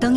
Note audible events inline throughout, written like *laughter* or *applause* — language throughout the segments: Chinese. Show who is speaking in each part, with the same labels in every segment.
Speaker 1: 当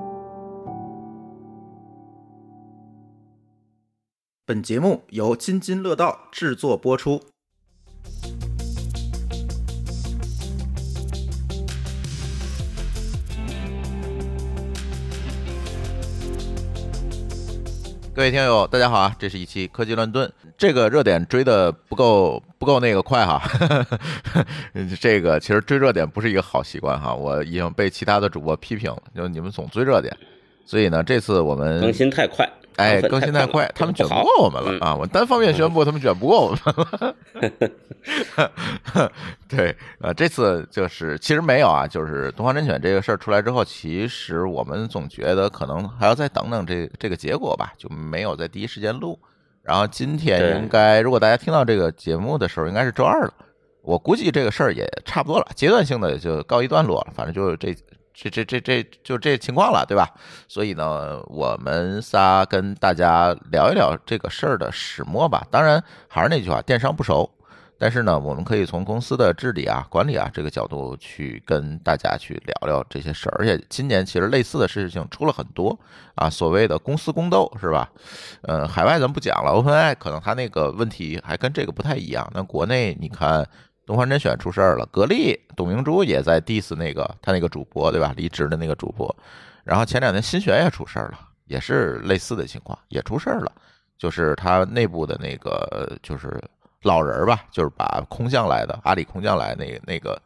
Speaker 2: 本节目由津津乐道制作播出。
Speaker 3: 各位听友，大家好啊！这是一期科技乱炖，这个热点追的不够不够那个快哈， *laughs* 这个其实追热点不是一个好习惯哈，我已经被其他的主播批评了，就是你们总追热点，所以呢，这次我们
Speaker 4: 更新太快，
Speaker 3: 哎
Speaker 4: 涨粉
Speaker 3: 更新太快
Speaker 4: 了，
Speaker 3: 他们
Speaker 4: 这
Speaker 3: 卷
Speaker 4: 个不
Speaker 3: 不
Speaker 4: 好。
Speaker 3: 过我们了啊！我单方面宣布他们卷不过我们 *laughs* 了，对，呃，这次就是其实没有啊，就是东方甄选这个事儿出来之后，其实我们总觉得可能还要再等等这这个结果吧，就没有在第一时间录。然后今
Speaker 4: 对
Speaker 3: 天应该，如果大家听到这个节目的时候，应该是周二了。我估计这个事儿也差不多了，阶段性的就告一段落了，反正就这这这这这就这情况了，对吧？所以呢，我们仨跟大家聊一聊这个事儿的始末吧。当然，还是那句话，电商不熟，但是呢，我们可以从公司的治理啊、管理啊这个角度去跟大家去聊聊这些事儿。而且今年其实类似的事情出了很多啊，所谓的公司宫斗是吧？呃，海外咱不讲了，OpenAI 可能它那个问题还跟这个不太一样。那国内你看，东方甄选出事儿了，格力、董明珠也在 diss 那个他那个主播对吧？离职的那个主播。然后前两天新学也出事儿了，也是类似的情况，也出事儿了，就是他内部的那个呃就是老人儿吧，就是把空降来的阿里空降来那那个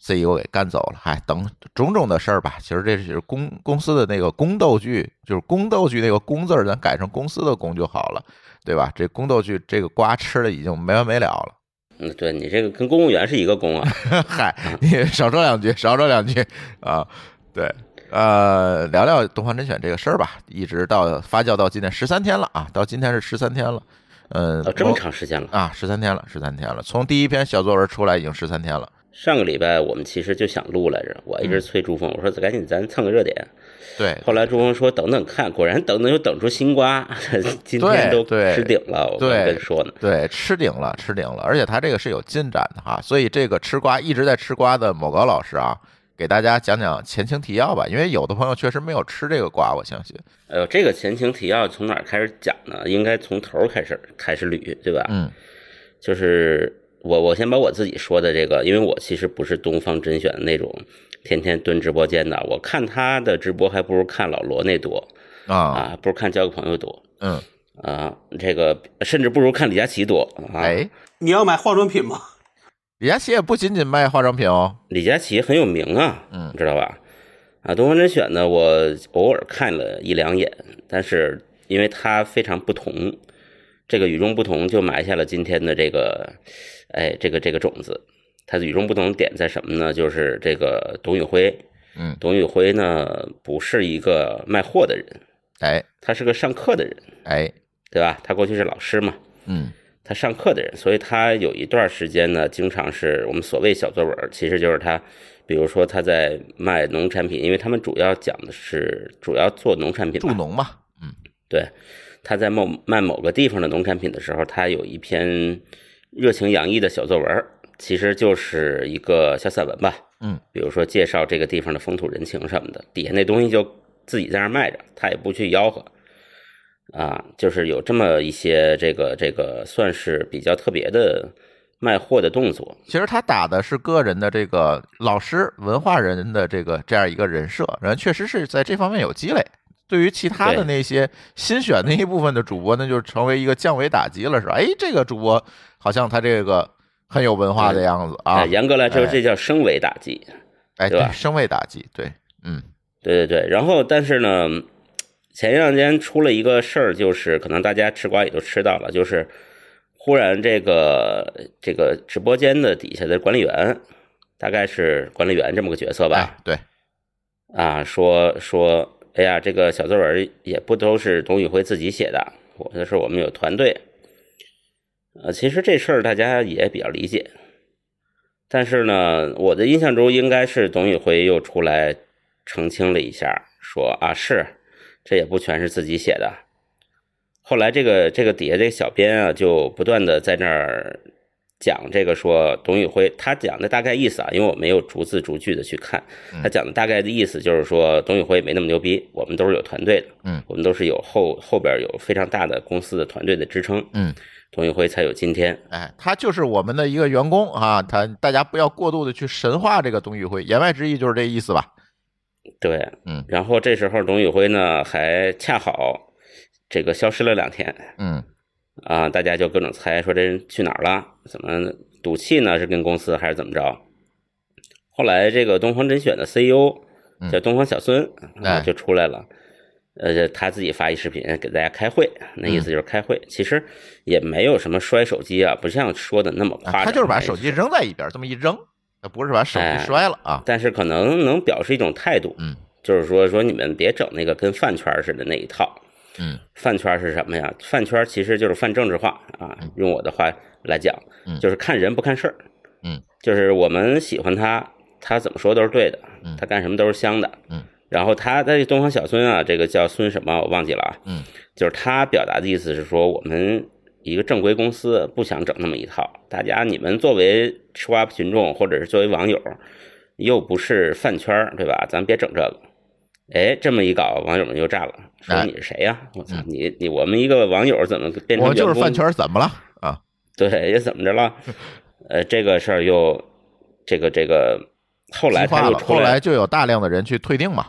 Speaker 3: CEO 给干走了，还等种种的事儿吧。其实这是公公司的那个宫斗剧，就是宫斗剧那个“宫”字儿，咱改成公司的“宫”就好了，对吧？这宫斗剧这个瓜吃的已经没完没了了。 *laughs*
Speaker 4: 嗯，对你这个跟公务员是一个工啊，
Speaker 3: 嗨，你少说两句，少说两句啊。对，呃，聊聊东方甄选这个事儿吧，一直到发酵到今天十三天了啊，到今天是十三天了。嗯，
Speaker 4: 哦，这么
Speaker 3: 我
Speaker 4: 长时间了。
Speaker 3: 啊，十三天了，十三天了，从第一篇小作文出来已经十三天了。
Speaker 4: 上个礼拜我们其实就想录来着，我
Speaker 3: 嗯
Speaker 4: 一直催朱峰，我说赶紧咱蹭个热点。
Speaker 3: 对，
Speaker 4: 后来朱峰说等等看，果然等等又等出新瓜，今天都
Speaker 3: 对
Speaker 4: 吃顶了。我
Speaker 3: 对
Speaker 4: 刚跟你说呢，
Speaker 3: 对，吃顶了，吃顶了，而且他这个是有进展的哈，所以这个吃瓜一直在吃瓜的某高老师啊，给大家讲讲前情提要吧，因为有的朋友确实没有吃这个瓜，我相信。
Speaker 4: 哎呦，这个前情提要从哪儿开始讲呢？应该从头儿开始开始捋，对吧？
Speaker 3: 嗯
Speaker 4: 就是我我先把我自己说的这个，因为我其实不是东方甄选那种天天蹲直播间的，我看他的直播还不如看老罗那多
Speaker 3: 啊，
Speaker 4: 啊，不如看交个朋友多
Speaker 3: 嗯，
Speaker 4: 啊，这个甚至不如看李佳琦多啊。
Speaker 3: 哎，
Speaker 5: 你要买化妆品吗？
Speaker 3: 李佳琦也不仅仅卖化妆品哦，
Speaker 4: 李佳琦很有名啊，
Speaker 3: 嗯
Speaker 4: 知道吧？啊，东方甄选呢，我偶尔看了一两眼，但是因为它非常不同，这个与众不同就埋下了今天的这个，哎，这个这个种子。它的与众不同点在什么呢？就是这个董宇辉，
Speaker 3: 嗯
Speaker 4: 董宇辉呢不是一个卖货的人，
Speaker 3: 哎
Speaker 4: 他是个上课的人，
Speaker 3: 哎，
Speaker 4: 对吧？他过去是老师嘛，
Speaker 3: 嗯
Speaker 4: 他上课的人，所以他有一段时间呢，经常是我们所谓小作文，其实就是他，比如说他在卖农产品，因为他们主要讲的是主要做农产品
Speaker 3: 助
Speaker 4: 嘛，
Speaker 3: 农嘛，嗯
Speaker 4: 对，他在某卖某个地方的农产品的时候，他有一篇热情洋溢的小作文，其实就是一个小散文吧，
Speaker 3: 嗯，
Speaker 4: 比如说介绍这个地方的风土人情什么的，底下那东西就自己在那儿卖着，他也不去吆喝，啊，就是有这么一些这个这个算是比较特别的卖货的动作，
Speaker 3: 其实他打的是个人的这个老师、文化人的这个这样一个人设，然后确实是在这方面有积累。对于其他的
Speaker 4: 对
Speaker 3: 那些新选的一部分的主播，那就成为一个降维打击了，是吧？哎，这个主播好像他这个很有文化的样子啊
Speaker 4: 哎，严格来说
Speaker 3: 哎
Speaker 4: 这叫升维打击，
Speaker 3: 哎，
Speaker 4: 对吧
Speaker 3: 对，声位打击，对，嗯，
Speaker 4: 对对对，然后但是呢，前一段时间出了一个事儿，就是可能大家吃瓜也就吃到了，就是忽然这个这个直播间的底下的管理员，大概是管理员这么个角色吧
Speaker 3: 哎，，对，
Speaker 4: 啊，说说，哎呀，这个小作文也不都是董宇辉自己写的，我的是我们有团队。呃，其实这事儿大家也比较理解，但是呢，我的印象中应该是董宇辉又出来澄清了一下，说啊是，这也不全是自己写的。后来这个这个底下这个小编啊，就不断的在那儿讲这个说董宇辉他讲的大概意思啊，因为我没有逐字逐句的去看，他讲的大概的意思就是说，董宇辉没那么牛逼，我们都是有团队的，
Speaker 3: 嗯
Speaker 4: 我们都是有后后边有非常大的公司的团队的支撑，
Speaker 3: 嗯，
Speaker 4: 董宇辉才有今天。
Speaker 3: 哎，他就是我们的一个员工啊，他大家不要过度的去神化这个董宇辉，言外之意就是这意思吧？
Speaker 4: 对，
Speaker 3: 嗯
Speaker 4: 然后这时候董宇辉呢还恰好这个消失了两天
Speaker 3: 嗯，
Speaker 4: 啊，大家就各种猜说这人去哪儿了，怎么赌气呢？是跟公司还是怎么着？后来这个东方甄选的 CEO
Speaker 3: 嗯
Speaker 4: 叫东方小孙、啊
Speaker 3: 哎
Speaker 4: 就出来了。呃，他自己发一视频给大家开会，那
Speaker 3: 嗯
Speaker 4: 意思就是开会。其实也没有什么摔手机啊，不像说的那么夸张、
Speaker 3: 啊他就是把手机扔在一边，这么一扔，他不是把手
Speaker 4: 哎
Speaker 3: 机摔了啊？
Speaker 4: 但是可能能表示一种态度，
Speaker 3: 嗯，
Speaker 4: 就是说说你们别整那个跟饭圈似的那一套，
Speaker 3: 嗯，
Speaker 4: 饭圈是什么呀？饭圈其实就是泛政治化啊，用我的话来讲，
Speaker 3: 嗯
Speaker 4: 就是看人不看事儿，
Speaker 3: 嗯，
Speaker 4: 就是我们喜欢他，他怎么说都是对的，
Speaker 3: 嗯
Speaker 4: 他干什么都是香的，
Speaker 3: 嗯，
Speaker 4: 然后他在东方小孙啊，这个叫孙什么我忘记了啊，
Speaker 3: 嗯，
Speaker 4: 就是他表达的意思是说我们。一个正规公司不想整那么一套，大家你们作为吃瓜群众或者是作为网友，又不是饭圈儿，对吧？咱别整这个。哎，这么一搞，网友们就炸了，说
Speaker 3: 哎
Speaker 4: 你是谁呀、我操，你你我们一个网友怎么变成
Speaker 3: 我就是
Speaker 4: 员工
Speaker 3: 饭圈，怎么了啊？
Speaker 4: *laughs* 对，也怎么着了？呃，这个事儿又这个这个，后来
Speaker 3: 激化
Speaker 4: 他又
Speaker 3: 了，
Speaker 4: 出
Speaker 3: 后来就有大量的人去退订嘛。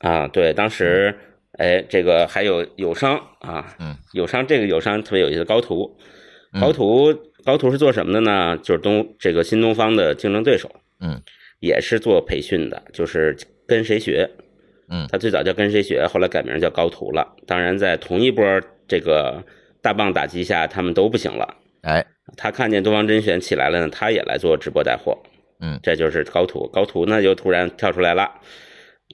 Speaker 4: 啊，对，当时哎，这个还有友商啊，
Speaker 3: 嗯，
Speaker 4: 友商这个友商特别有意思，高途，
Speaker 3: 嗯
Speaker 4: 高途高途是做什么的呢？就是东这个新东方的竞争对手，
Speaker 3: 嗯，
Speaker 4: 也是做培训的，就是跟谁学，
Speaker 3: 嗯
Speaker 4: 他最早叫跟谁学，后来改名叫高途了。当然，在同一波这个大棒打击下，他们都不行了。
Speaker 3: 哎，
Speaker 4: 他看见东方甄选起来了呢，他也来做直播带货。
Speaker 3: 嗯
Speaker 4: 这就是高途。高途呢又突然跳出来了，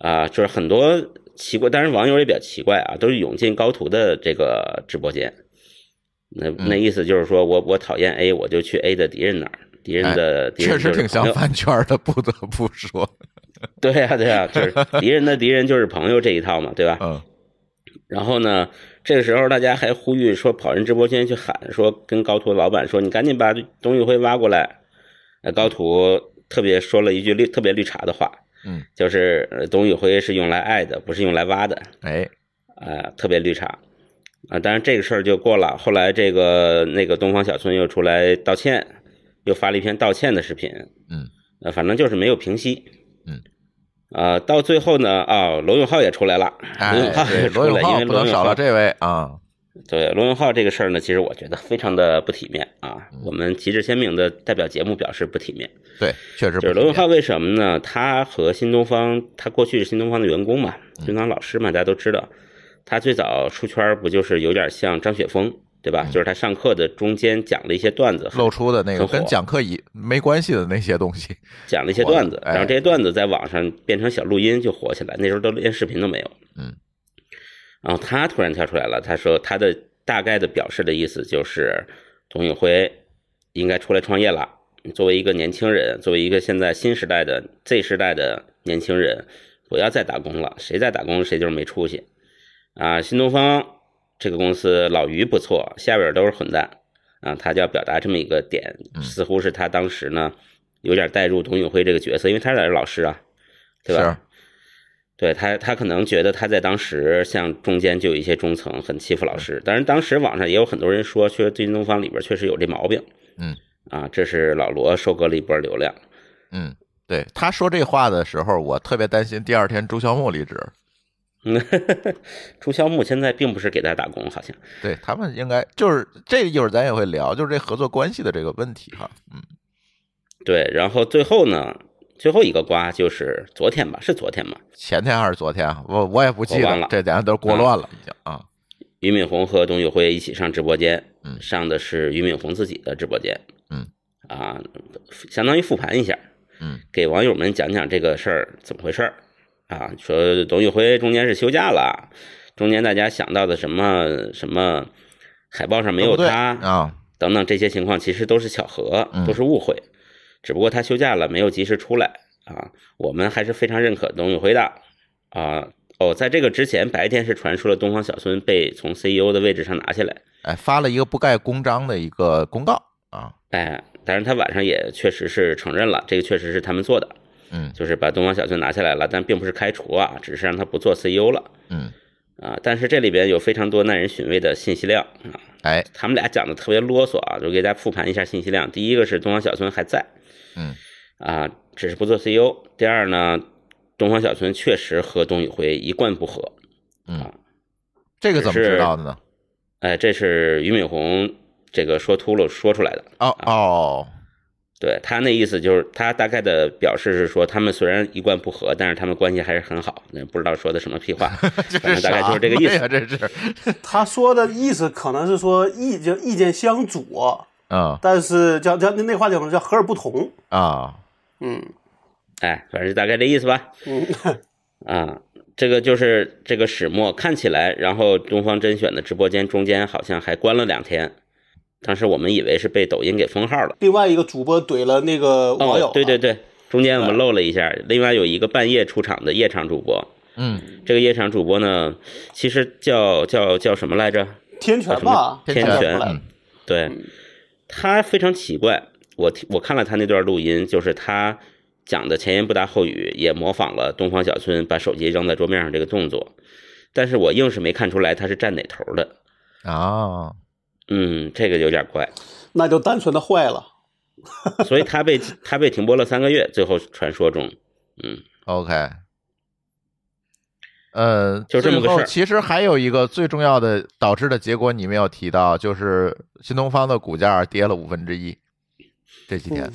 Speaker 4: 啊、就是很多奇怪，当然网友也比较奇怪啊，都是涌进高途的这个直播间。那
Speaker 3: 嗯
Speaker 4: 那意思就是说我我讨厌 A，我就去 A 的敌人那儿，敌人的敌人
Speaker 3: 哎确
Speaker 4: 就是
Speaker 3: 实挺像
Speaker 4: 朋友
Speaker 3: 饭圈的，不得不说，
Speaker 4: *laughs* 对呀、对呀、就是敌人的敌人就是朋友这一套嘛，对吧？
Speaker 3: 嗯
Speaker 4: 然后呢，这个时候大家还呼吁说，跑人直播间去喊说，跟高途老板说，你赶紧把董宇辉挖过来。呃，高途特别说了一句绿特别绿茶的话，
Speaker 3: 嗯，
Speaker 4: 就是呃董宇辉是用来爱的，不是用来挖的，
Speaker 3: 哎，
Speaker 4: 啊，特别绿茶。啊，当然这个事儿就过了。后来这个那个东方小孙又出来道歉，又发了一篇道歉的视频。
Speaker 3: 嗯，
Speaker 4: 呃，反正就是没有平息。
Speaker 3: 嗯，
Speaker 4: 啊，到最后呢，啊，罗永浩也出来了。罗
Speaker 3: 哎
Speaker 4: 永，浩也
Speaker 3: 对
Speaker 4: 出
Speaker 3: 罗
Speaker 4: 来，
Speaker 3: 永
Speaker 4: 因
Speaker 3: 浩
Speaker 4: 为
Speaker 3: 不
Speaker 4: 罗
Speaker 3: 能
Speaker 4: 永
Speaker 3: 少
Speaker 4: 浩
Speaker 3: 了这位啊，
Speaker 4: 对罗永浩这个事儿呢，其实我觉得非常的不体面啊。我们旗帜鲜明的代表节目表示不体面。
Speaker 3: 对，确实
Speaker 4: 就
Speaker 3: 不
Speaker 4: 是
Speaker 3: 容
Speaker 4: 罗永
Speaker 3: 易。
Speaker 4: 浩为什么呢？他和新东方，他过去是新东方的员工嘛，新东方老师嘛，大家都知道。他最早出圈儿不就是有点像张雪峰，对吧？就是他上课的中间讲了一些段子，
Speaker 3: 露出的那个
Speaker 4: 很火
Speaker 3: 跟讲课以没关系的那些东西，
Speaker 4: 讲了一些
Speaker 3: 火了
Speaker 4: 段子，
Speaker 3: 哎
Speaker 4: 然后这些段子在网上变成小录音就火起来，那时候都连视频都没有。
Speaker 3: 嗯，
Speaker 4: 然后他突然跳出来了，他说他的大概的表示的意思就是，董宇辉应该出来创业了。作为一个年轻人，作为一个现在新时代的 Z 时代的年轻人，不要再打工了，谁再打工谁就是没出息啊！新东方这个公司老于不错，下边都是混蛋啊，他就要表达这么一个点，
Speaker 3: 嗯
Speaker 4: 似乎是他当时呢有点带入董宇辉这个角色，因为他俩是老师啊，对吧？
Speaker 3: 是
Speaker 4: 对他，他可能觉得他在当时像中间就有一些中层很欺负老师，当然当时网上也有很多人说，确实最近东方里边确实有这毛病，
Speaker 3: 嗯，
Speaker 4: 啊，这是老罗收割了一波流量， *laughs*
Speaker 3: 嗯，对，他说这话的时候，我特别担心第二天朱孝木离职。
Speaker 4: 嗯，朱萧木现在并不是给他打工，好像
Speaker 3: 对他们应该就是这一会儿咱也会聊，就是这合作关系的这个问题哈。嗯，
Speaker 4: 对，然后最后呢，最后一个瓜就是昨天吧，是昨天吧，
Speaker 3: 前天还是昨天啊，我我也不记
Speaker 4: 我忘
Speaker 3: 得，
Speaker 4: 了嗯
Speaker 3: 这两天都过乱了已经啊。
Speaker 4: 俞敏洪和董宇辉一起上直播间，
Speaker 3: 嗯
Speaker 4: 上的是俞敏洪自己的直播间，
Speaker 3: 嗯，
Speaker 4: 啊，相当于复盘一下，
Speaker 3: 嗯，
Speaker 4: 给网友们讲讲这个事儿怎么回事儿啊，说董宇辉中间是休假了，中间大家想到的什么什么海报上没
Speaker 3: 对
Speaker 4: 有
Speaker 3: 不对
Speaker 4: 他
Speaker 3: 啊，
Speaker 4: 等等这些情况，其实都是巧合
Speaker 3: 嗯，
Speaker 4: 都是误会，只不过他休假了没有及时出来啊。我们还是非常认可董宇辉的啊。哦，在这个之前，白天是传出了东方小孙被从 CEO 的位置上拿下来，
Speaker 3: 哎，发了一个不盖公章的一个公告啊。
Speaker 4: 哎，当然他晚上也确实是承认了，这个确实是他们做的，
Speaker 3: 嗯
Speaker 4: 就是把东方小孙拿下来了，但并不是开除啊，只是让他不做 CEO 了
Speaker 3: 嗯，
Speaker 4: 啊。但是这里边有非常多耐人寻味的信息量啊，
Speaker 3: 哎，
Speaker 4: 他们俩讲的特别啰嗦啊，就给大家复盘一下信息量。第一个是东方小孙还在，
Speaker 3: 嗯
Speaker 4: 啊，只是不做 CEO。第二呢，东方小孙确实和董宇辉一贯不合，
Speaker 3: 嗯，这个怎么
Speaker 4: 只是
Speaker 3: 知道的呢？
Speaker 4: 哎，这是俞敏洪这个说秃噜说出来的。
Speaker 3: 哦哦，
Speaker 4: 对他那意思就是，他大概的表示是说，他们虽然一贯不合，但是他们关系还是很好。那不知道说的什么屁话，
Speaker 3: 这
Speaker 4: 反
Speaker 3: 是
Speaker 4: 正大概
Speaker 3: 啥
Speaker 4: 就是这个意
Speaker 3: 呀
Speaker 4: 思。
Speaker 3: 这是，
Speaker 5: *laughs* 他说的意思可能是说意就意见相左，
Speaker 3: 嗯
Speaker 5: 但是叫叫那那话叫什么叫和而不同。
Speaker 3: 啊，
Speaker 5: 嗯
Speaker 4: 哎，反正大概这意思吧。
Speaker 5: 嗯，
Speaker 4: 啊，这个就是这个始末，看起来，然后东方甄选的直播间中间好像还关了两天，当时我们以为是被抖音给封号了。
Speaker 5: 另外一个主播怼了那个网友、
Speaker 4: 哦，
Speaker 5: 啊
Speaker 4: 对对，对，中间我们漏了一下。另外有一个半夜出场的夜场主播，
Speaker 3: 嗯，
Speaker 4: 这个夜场主播呢，其实叫叫叫什么来着？
Speaker 5: 天权吧，
Speaker 4: 天
Speaker 3: 权
Speaker 5: 权
Speaker 4: 嗯对，他非常奇怪。我听我看了他那段录音，就是他讲的前言不搭后语，也模仿了东方小孙把手机扔在桌面上这个动作，但是我硬是没看出来他是站哪头的。
Speaker 3: 啊，
Speaker 4: 嗯，这个有点怪，
Speaker 5: 那就单纯的坏了。
Speaker 4: 所以他被 *laughs* 他被停播了三个月，最后传说中，嗯，
Speaker 3: OK，呃，
Speaker 4: 就这么个
Speaker 3: 最后
Speaker 4: 事儿
Speaker 3: 其实还有一个最重要的导致的结果，你没有提到，就是新东方的股价跌了五分之一。这几天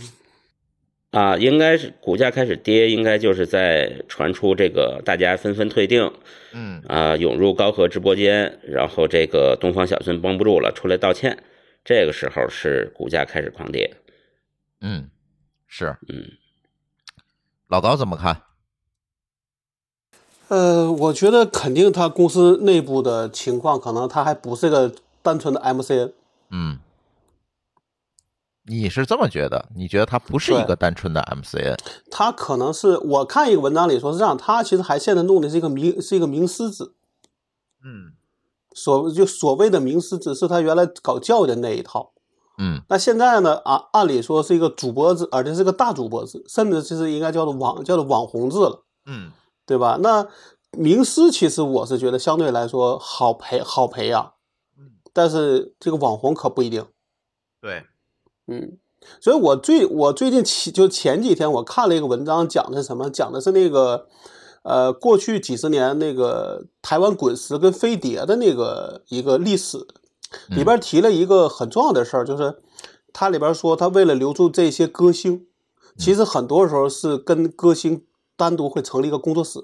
Speaker 5: 嗯，
Speaker 4: 啊，应该是股价开始跌，应该就是在传出这个大家纷纷退订
Speaker 3: 嗯
Speaker 4: 啊，涌入高和直播间，然后这个东方小孙绷不住了，出来道歉。这个时候是股价开始狂跌，
Speaker 3: 嗯，是
Speaker 4: 嗯，
Speaker 3: 老高怎么看？
Speaker 5: 呃，我觉得肯定他公司内部的情况，可能他还不是个单纯的 MCN。
Speaker 3: 嗯，你是这么觉得？你觉得它不是一
Speaker 5: 对
Speaker 3: 个单纯的 MCN？
Speaker 5: 他可能是我看一个文章里说是这样，他其实还现在弄的是一个名是一个名师制，
Speaker 3: 嗯
Speaker 5: 所就所谓的名师制是他原来搞教育的那一套。
Speaker 3: 嗯
Speaker 5: 那现在呢啊，按理说是一个主播制，而且是个大主播制，甚至其实应该叫做网叫做网红制了，
Speaker 3: 嗯
Speaker 5: 对吧？那名师其实我是觉得相对来说好培好培养，但是这个网红可不一定。
Speaker 3: 对，
Speaker 5: 嗯，所以我最我最近前就前几天我看了一个文章，讲的是什么？讲的是那个呃，过去几十年那个台湾滚石跟飞碟的那个一个历史，里边提了一个很重要的事儿，就是它里边说，他为了留住这些歌星，其实很多时候是跟歌星单独会成立一个工作室。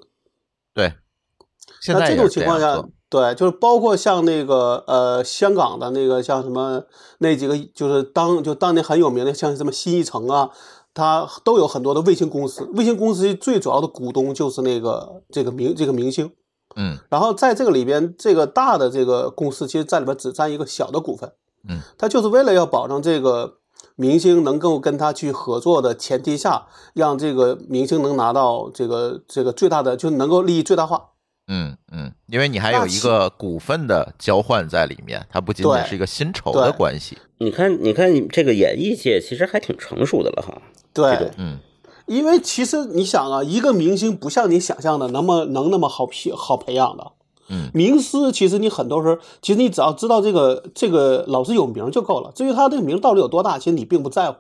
Speaker 3: 现
Speaker 5: 那
Speaker 3: 在
Speaker 5: 这
Speaker 3: 也
Speaker 5: 种
Speaker 3: 是
Speaker 5: 情
Speaker 3: 样
Speaker 5: 况下
Speaker 3: 做，
Speaker 5: 对，就是包括像那个呃香港的那个像什么那几个，就是当就当年很有名的，像什么新艺城啊，它都有很多的卫星公司。卫星公司最主要的股东就是那个这个明这个明星。
Speaker 3: 嗯
Speaker 5: 然后在这个里边，这个大的这个公司其实在里边只占一个小的股份。
Speaker 3: 嗯，
Speaker 5: 它就是为了要保证这个明星能够跟他去合作的前提下，让这个明星能拿到这个这个最大的，就能够利益最大化。
Speaker 3: 嗯嗯，因为你还有一个股份的交换在里面，它不仅仅
Speaker 5: 对
Speaker 3: 是一个薪酬
Speaker 5: 对
Speaker 3: 的关系。
Speaker 4: 你看，你看这个演艺界其实还挺成熟的了哈。这
Speaker 5: 对
Speaker 4: 种，
Speaker 3: 嗯，
Speaker 5: 因为其实你想啊，一个明星不像你想象的那么能那么好培好培养的。
Speaker 3: 嗯，
Speaker 5: 名师其实你很多时候，其实你只要知道这个这个老师有名就够了。至于他这个名到底有多大，其实你并不在乎，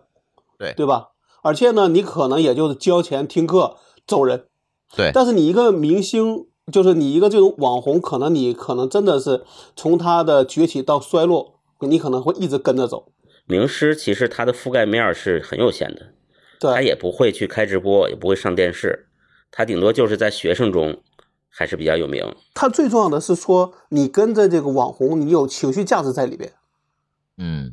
Speaker 3: 对
Speaker 5: 对吧？而且呢，你可能也就是交钱听课走人。
Speaker 3: 对，
Speaker 5: 但是你一个明星，就是你一个这种网红，可能你可能真的是从他的崛起到衰落，你可能会一直跟着走。
Speaker 4: 名师其实他的覆盖面儿是很有限的，他
Speaker 5: 对，
Speaker 4: 也不会去开直播，也不会上电视，他顶多就是在学生中还是比较有名。
Speaker 5: 他最重要的是说，你跟着这个网红，你有情绪价值在里边，
Speaker 3: 嗯，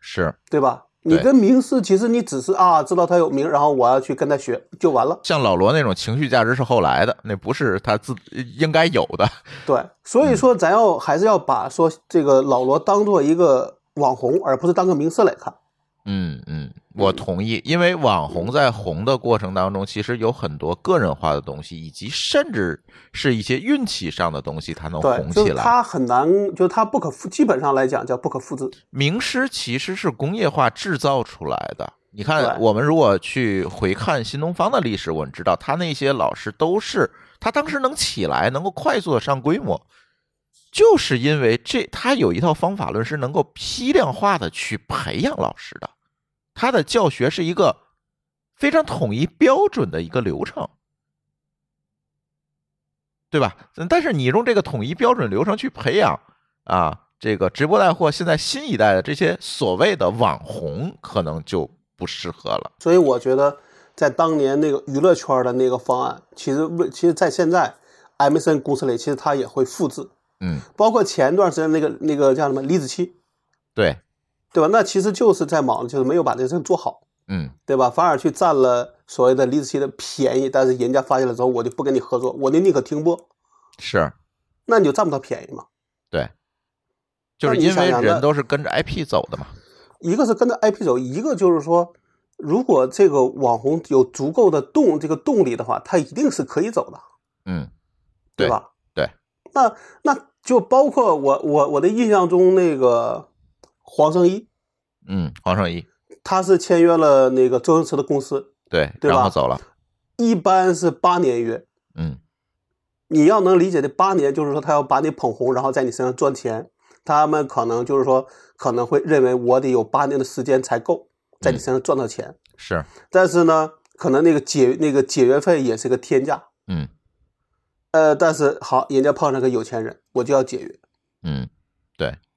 Speaker 3: 是。
Speaker 5: 对吧？你
Speaker 3: 对
Speaker 5: 跟名师，其实你只是啊，知道他有名，然后我要去跟他学就完了。
Speaker 3: 像老罗那种情绪价值是后来的，那不是他自应该有的。
Speaker 5: 对，所以
Speaker 3: 嗯
Speaker 5: 说咱要还是要把说这个老罗当做一个网红，而不是当个名师来看。
Speaker 3: 嗯嗯，我同意，因为网红在红的过程当中，其实有很多个人化的东西，以及甚至是一些运气上的东西，它能
Speaker 5: 对，
Speaker 3: 红
Speaker 5: 就
Speaker 3: 起
Speaker 5: 是
Speaker 3: 来。
Speaker 5: 他很难，就是他不可复，基本上来讲叫不可复制。
Speaker 3: 名师其实是工业化制造出来的。你看，
Speaker 5: 对
Speaker 3: 我们如果去回看新东方的历史，我们知道他那些老师都是他当时能起来，能够快速的上规模，就是因为这他有一套方法论是能够批量化的去培养老师的，他的教学是一个非常统一标准的一个流程。对吧？嗯但是你用这个统一标准流程去培养啊，这个直播带货现在新一代的这些所谓的网红，可能就不适合了。
Speaker 5: 所以我觉得，在当年那个娱乐圈的那个方案，其实为其实，在现在 MSN 公司里，其实它也会复制，
Speaker 3: 嗯，
Speaker 5: 包括前段时间那个那个叫什么李子柒，
Speaker 3: 对，
Speaker 5: 对吧？那其实就是在网就是没有把这事做好，
Speaker 3: 嗯，
Speaker 5: 对吧？反而去占了所谓的李子柒的便宜，但是人家发现了之后，我就不跟你合作，我就宁可停播，
Speaker 3: 是
Speaker 5: 那你就占不到便宜嘛。
Speaker 3: 对，就是
Speaker 5: 那你
Speaker 3: 因为
Speaker 5: 想想
Speaker 3: 人
Speaker 5: 那
Speaker 3: 都是跟着 IP 走的嘛。
Speaker 5: 一个是跟着 IP 走，一个就是说，如果这个网红有足够的动这个动力的话，他一定是可以走的。
Speaker 3: 嗯，对
Speaker 5: 对吧？
Speaker 3: 对，
Speaker 5: 那那就包括我我我的印象中那个黄圣依，
Speaker 3: 嗯，黄圣依
Speaker 5: 他是签约了那个周星驰的公司，
Speaker 3: 对，
Speaker 5: 对
Speaker 3: 然后
Speaker 5: 吧
Speaker 3: 走了。
Speaker 5: 一般是八年约。
Speaker 3: 嗯，
Speaker 5: 你要能理解这八年，就是说他要把你捧红，然后在你身上赚钱。他们可能就是说可能会认为我得有八年的时间才够在你身上赚到钱，
Speaker 3: 是，
Speaker 5: 但是呢，可能那个解那个解约费也是个天价。
Speaker 3: 嗯
Speaker 5: 呃，但是好，人家碰上个有钱人，我就要解约，
Speaker 3: 嗯，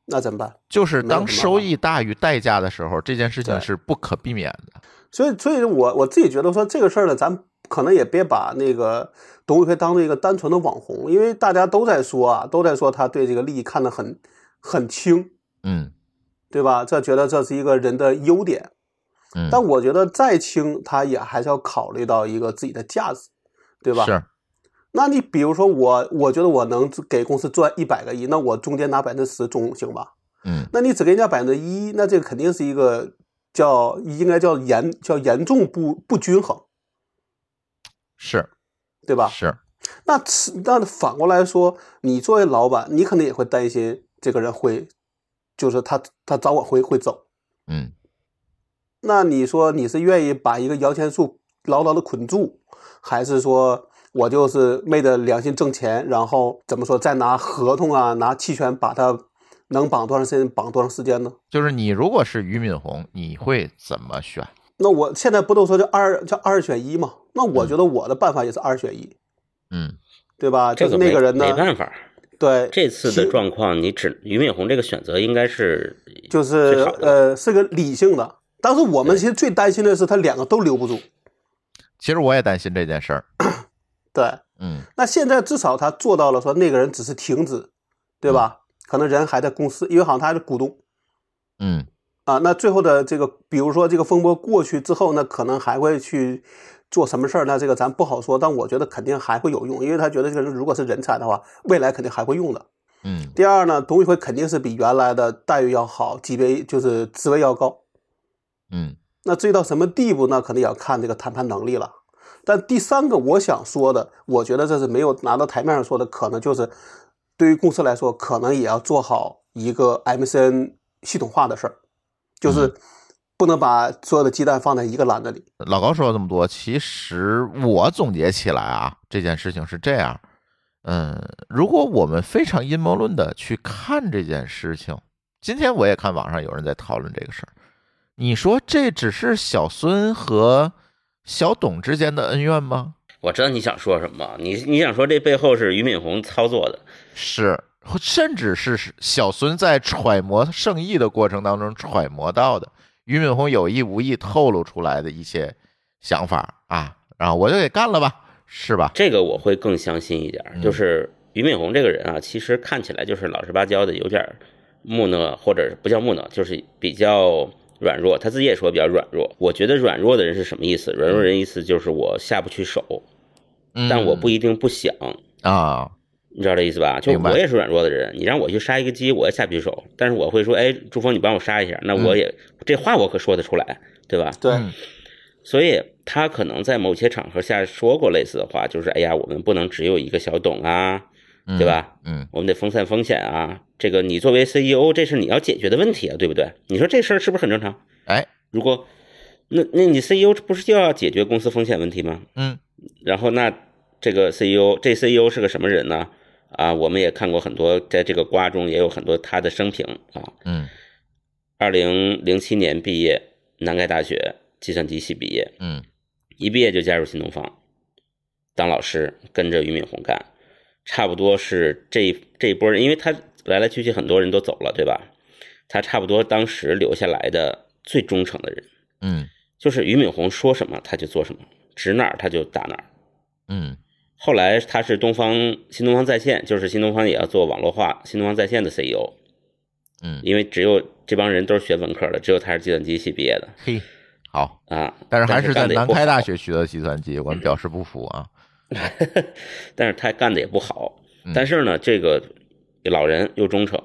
Speaker 5: 那怎么办？
Speaker 3: 就是
Speaker 5: 没有
Speaker 3: 当
Speaker 5: 什么
Speaker 3: 收
Speaker 5: 好
Speaker 3: 益大于代价的时候，这件事情
Speaker 5: 对
Speaker 3: 是不可避免的。
Speaker 5: 所以，所以我我自己觉得说这个事儿呢，咱可能也别把那个董宇辉当做一个单纯的网红，因为大家都在说啊，都在说他对这个利益看得很很轻，
Speaker 3: 嗯
Speaker 5: 对吧？这觉得这是一个人的优点，
Speaker 3: 嗯，
Speaker 5: 但我觉得再轻，他也还是要考虑到一个自己的价值，对吧？
Speaker 3: 是，
Speaker 5: 那你比如说我，我觉得我能给公司赚一百个亿，那我中间拿百分之十总行吧？
Speaker 3: 嗯
Speaker 5: 那你只给人家百分之一，那这肯定是一个叫应该叫严叫严重不不均衡，
Speaker 3: 是
Speaker 5: 对吧？
Speaker 3: 是，
Speaker 5: 那此那反过来说，你作为老板，你可能也会担心这个人会，就是他他早晚会会走。
Speaker 3: 嗯
Speaker 5: 那你说你是愿意把一个摇钱树牢牢的捆住，还是说我就是昧着良心挣钱，然后怎么说再拿合同啊拿期权把它能绑多长时间绑多长时间呢？
Speaker 3: 就是你如果是俞敏洪，你会怎么选？
Speaker 5: 那我现在不都说叫二叫二选一嘛？那
Speaker 4: 嗯
Speaker 5: 我觉得我的办法也是二选一，
Speaker 3: 嗯
Speaker 5: 对吧？
Speaker 4: 这
Speaker 5: 就是
Speaker 4: 个
Speaker 5: 那
Speaker 4: 没
Speaker 5: 个人呢
Speaker 4: 没，办法，
Speaker 5: 对，
Speaker 4: 这次的
Speaker 5: 其
Speaker 4: 状况，你只俞敏洪这个选择应该是
Speaker 5: 就是
Speaker 4: 最好的
Speaker 5: 呃是个理性的。当时我们其实最担心的是他两个都留不住，，
Speaker 3: 其实我也担心这件事儿。
Speaker 5: 对。
Speaker 3: 嗯
Speaker 5: 那现在至少他做到了说那个人只是停止，对吧？可能人还在公司，因为好像他还是股东
Speaker 3: 嗯
Speaker 5: 啊。那最后的这个，比如说这个风波过去之后，那可能还会去做什么事儿？那这个咱不好说，但我觉得肯定还会有用，因为他觉得这个人如果是人才的话，未来肯定还会用的。
Speaker 3: 嗯，
Speaker 5: 第二呢，董宇辉肯定是比原来的待遇要好，级别就是职位要高。
Speaker 3: 嗯，
Speaker 5: 那至于到什么地步呢？可能也要看这个谈判能力了。但第三个我想说的，我觉得这是没有拿到台面上说的，可能就是对于公司来说，可能也要做好一个 MCN 系统化的事儿，就是不能把所有的鸡蛋放在一个篮子里。
Speaker 3: 老高说了这么多，其实我总结起来啊，这件事情是这样，嗯，如果我们非常阴谋论的去看这件事情，今天我也看网上有人在讨论这个事儿，你说这只是小孙和小董之间的恩怨吗？
Speaker 4: 我知道你想说什么，你你想说这背后是俞敏洪操作的，
Speaker 3: 是，或甚至是小孙在揣摩圣意的过程当中揣摩到的，俞敏洪有意无意透露出来的一些想法啊，然后我就给干了吧，是吧？
Speaker 4: 这个我会更相信一点
Speaker 3: 嗯
Speaker 4: 儿。就是俞敏洪这个人啊，其实看起来就是老实巴交的，有点儿木讷，或者不叫木讷，就是比较软弱。他自己也说比较软弱。我觉得软弱的人是什么意思？软弱人意思就是我下不去手，
Speaker 3: 嗯
Speaker 4: 但我不一定不想，
Speaker 3: 啊，
Speaker 4: 你知道这意思吧？就
Speaker 3: 明白
Speaker 4: 我也是软弱的人，你让我去杀一个鸡，我也下不去手，但是我会说，哎，朱峰，你帮我杀一下，那我也、这话我可说得出来，对吧？
Speaker 5: 对，
Speaker 3: 嗯
Speaker 4: 所以他可能在某些场合下说过类似的话，就是哎呀，我们不能只有一个小董啊，
Speaker 3: 嗯
Speaker 4: 对吧？
Speaker 3: 嗯，
Speaker 4: 我们得分散风险啊。这个你作为 CEO，这是你要解决的问题啊，对不对？你说这事儿是不是很正常？
Speaker 3: 哎，
Speaker 4: 如果那那你 CEO 不是就要解决公司风险问题吗？
Speaker 3: 嗯，
Speaker 4: 然后那这个 CEO 这 CEO 是个什么人呢？啊，我们也看过很多，在这个瓜中也有很多他的生平啊。
Speaker 3: 嗯
Speaker 4: 二零零七年毕业，南开大学计算机系毕业，
Speaker 3: 嗯
Speaker 4: 一毕业就加入新东方，当老师，跟着俞敏洪干，差不多是这这一波人，因为他来来去去很多人都走了，对吧？他差不多当时留下来的最忠诚的人，
Speaker 3: 嗯
Speaker 4: 就是俞敏洪说什么他就做什么，指哪儿他就打哪儿。
Speaker 3: 嗯
Speaker 4: 后来他是东方新东方在线，就是新东方也要做网络化，新东方在线的 CEO，
Speaker 3: 嗯，
Speaker 4: 因为只有这帮人都是学文科的，只有他是计算机系毕业的
Speaker 3: 嘿，好，
Speaker 4: 啊。
Speaker 3: 但是还
Speaker 4: 是
Speaker 3: 在
Speaker 4: 干得也
Speaker 3: 南
Speaker 4: 不
Speaker 3: 开大
Speaker 4: 好
Speaker 3: 学学的计算机，我们表示不服啊。
Speaker 4: 但是他干的也不好
Speaker 3: 嗯。
Speaker 4: 但是呢，这个老人又忠诚，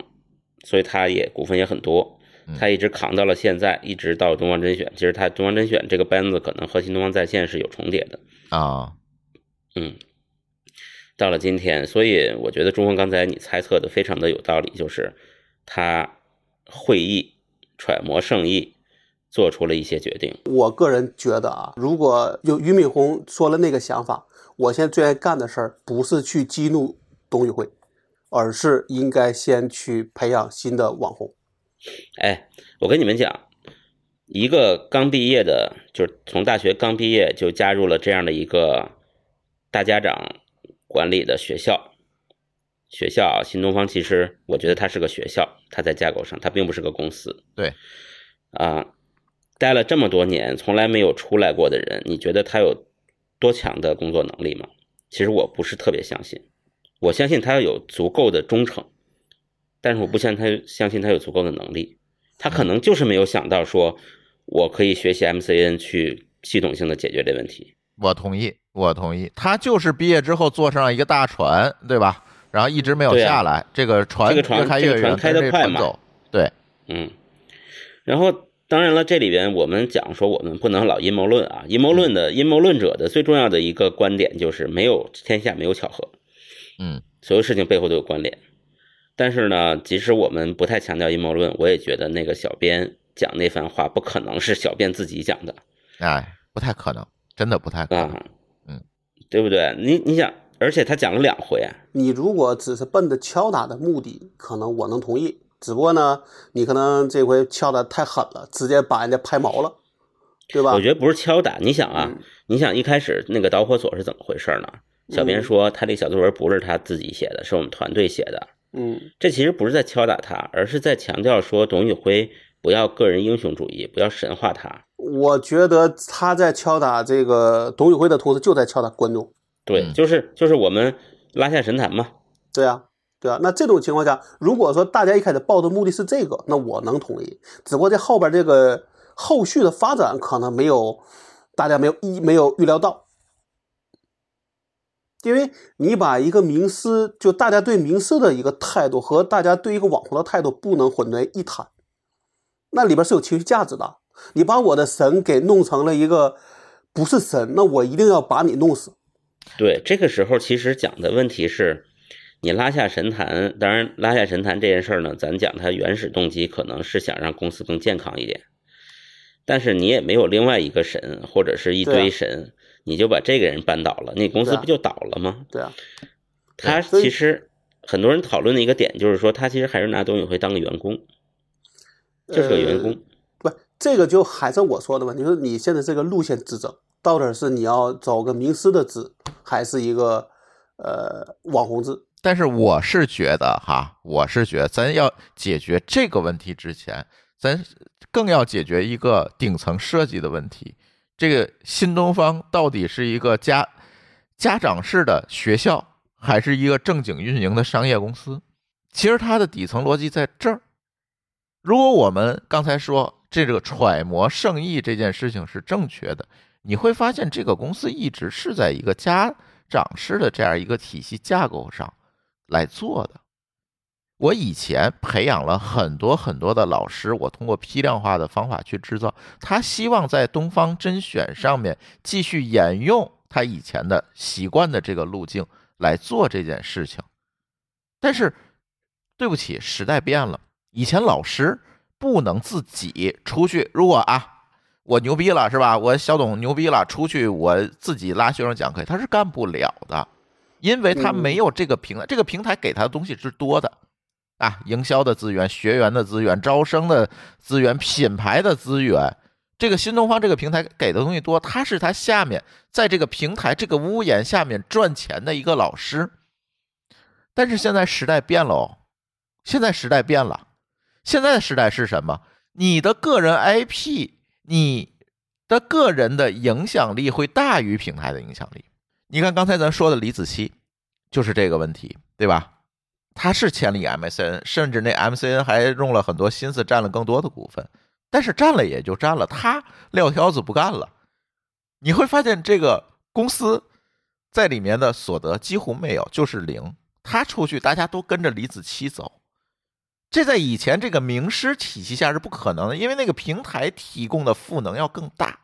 Speaker 4: 所以他也股份也很多
Speaker 3: 嗯。
Speaker 4: 他一直扛到了现在，一直到东方甄选。其实他东方甄选这个班子可能和新东方在线是有重叠的。
Speaker 3: 啊，
Speaker 4: 嗯，到了今天，所以我觉得中峰刚才你猜测的非常的有道理，就是他会意揣摩圣意，做出了一些决定。
Speaker 5: 我个人觉得啊，如果有俞敏洪说了那个想法，我现在最爱干的事儿不是去激怒董宇辉，而是应该先去培养新的网红。
Speaker 4: 哎，我跟你们讲，一个刚毕业的，就是从大学刚毕业就加入了这样的一个大家长管理的学校。学校新东方其实我觉得它是个学校，它在架构上它并不是个公司。
Speaker 3: 对，
Speaker 4: 啊，待了这么多年从来没有出来过的人，你觉得他有多强的工作能力吗？其实我不是特别相信，我相信他有足够的忠诚，但是我不相信他有相信他有足够的能力，他可能就是没有想到说我可以学习 MCN 去系统性的解决这问题。
Speaker 3: 我同意，我同意，他就是毕业之后坐上一个大船，对吧？然后一直没有
Speaker 4: 对啊
Speaker 3: 下来，这个船
Speaker 4: 这个船
Speaker 3: 越开越
Speaker 4: 这个船
Speaker 3: 远，
Speaker 4: 开
Speaker 3: 跟
Speaker 4: 得
Speaker 3: 这
Speaker 4: 快
Speaker 3: 船
Speaker 4: 嘛
Speaker 3: 走，对，
Speaker 4: 嗯，然后当然了，这里边我们讲说我们不能老阴谋论啊，阴谋论的阴谋论者的最重要的一个观点就是没有天下没有巧合，
Speaker 3: 嗯
Speaker 4: 所有事情背后都有关联。但是呢，即使我们不太强调阴谋论，我也觉得那个小编讲那番话不可能是小编自己讲的
Speaker 3: 哎，不太可能，真的不太可能。
Speaker 4: 啊，
Speaker 3: 嗯，
Speaker 4: 对不对？你你想，而且他讲了两回啊，
Speaker 5: 你如果只是奔着敲打的目的，可能我能同意。只不过呢，你可能这回敲打太狠了，直接把人家拍毛了，对吧？
Speaker 4: 我觉得不是敲打，你想啊，
Speaker 5: 嗯
Speaker 4: 你想一开始那个导火索是怎么回事呢？小编说他这个小作文不是他自己写的，是我们团队写的。
Speaker 5: 嗯，
Speaker 4: 这其实不是在敲打他，而是在强调说董宇辉不要个人英雄主义，不要神化他。
Speaker 5: 我觉得他在敲打这个董宇辉的同时，就在敲打观众。
Speaker 4: 对，
Speaker 3: 嗯
Speaker 4: 就是就是我们拉下神坛嘛。
Speaker 5: 对啊，对啊。那这种情况下，如果说大家一开始抱的目的是这个，那我能同意。只不过这后边这个后续的发展可能没有大家没有意没有预料到，因为你把一个名师，就大家对名师的一个态度和大家对一个网红的态度不能混为一谈，那里边是有情绪价值的。你把我的神给弄成了一个不是神，那我一定要把你弄死。
Speaker 4: 对，这个时候其实讲的问题是，你拉下神坛，当然拉下神坛这件事儿呢，咱讲它原始动机可能是想让公司更健康一点，但是你也没有另外一个神或者是一
Speaker 5: 对啊
Speaker 4: 堆神，你就把这个人扳倒了，你公司
Speaker 5: 对啊
Speaker 4: 不就倒了吗？
Speaker 5: 对啊，啊
Speaker 4: 他
Speaker 5: 所以
Speaker 4: 其实很多人讨论的一个点就是说，他其实还是拿董宇辉当个员工，就是
Speaker 5: 呃
Speaker 4: 个员工。
Speaker 5: 不，这个就还是我说的问题，就是你现在这个路线之争，到底是你要走个名师的制，还是一个呃网红制？
Speaker 3: 但是我是觉得哈，我是觉得咱要解决这个问题之前，咱更要解决一个顶层设计的问题。这个新东方到底是一个家家长式的学校，还是一个正经运营的商业公司？其实它的底层逻辑在这儿。如果我们刚才说这个揣摩圣意这件事情是正确的，你会发现这个公司一直是在一个家长式的这样一个体系架构上来做的。我以前培养了很多很多的老师，我通过批量化的方法去制造。他希望在东方甄选上面继续沿用他以前的习惯的这个路径来做这件事情。但是，对不起，时代变了。以前老师不能自己出去，如果啊，我牛逼了是吧？我小董牛逼了，出去我自己拉学生讲课，他是干不了的，因为他
Speaker 5: 嗯
Speaker 3: 没有这个平台，这个平台给他的东西是多的。啊，营销的资源、学员的资源、招生的资源、品牌的资源，这个新东方这个平台给的东西多，他是他下面在这个平台这个屋檐下面赚钱的一个老师。但是现在时代变了哦，现在时代变了，现在的时代是什么？你的个人 IP，你的个人的影响力会大于平台的影响力。你看刚才咱说的李子柒，就是这个问题，对吧？他是签了 MCN，甚至那 MCN 还用了很多心思占了更多的股份，但是占了也就占了，他撂挑子不干了。你会发现这个公司在里面的所得几乎没有，就是零。他出去，大家都跟着李子柒走，这在以前这个名师体系下是不可能的，因为那个平台提供的赋能要更大。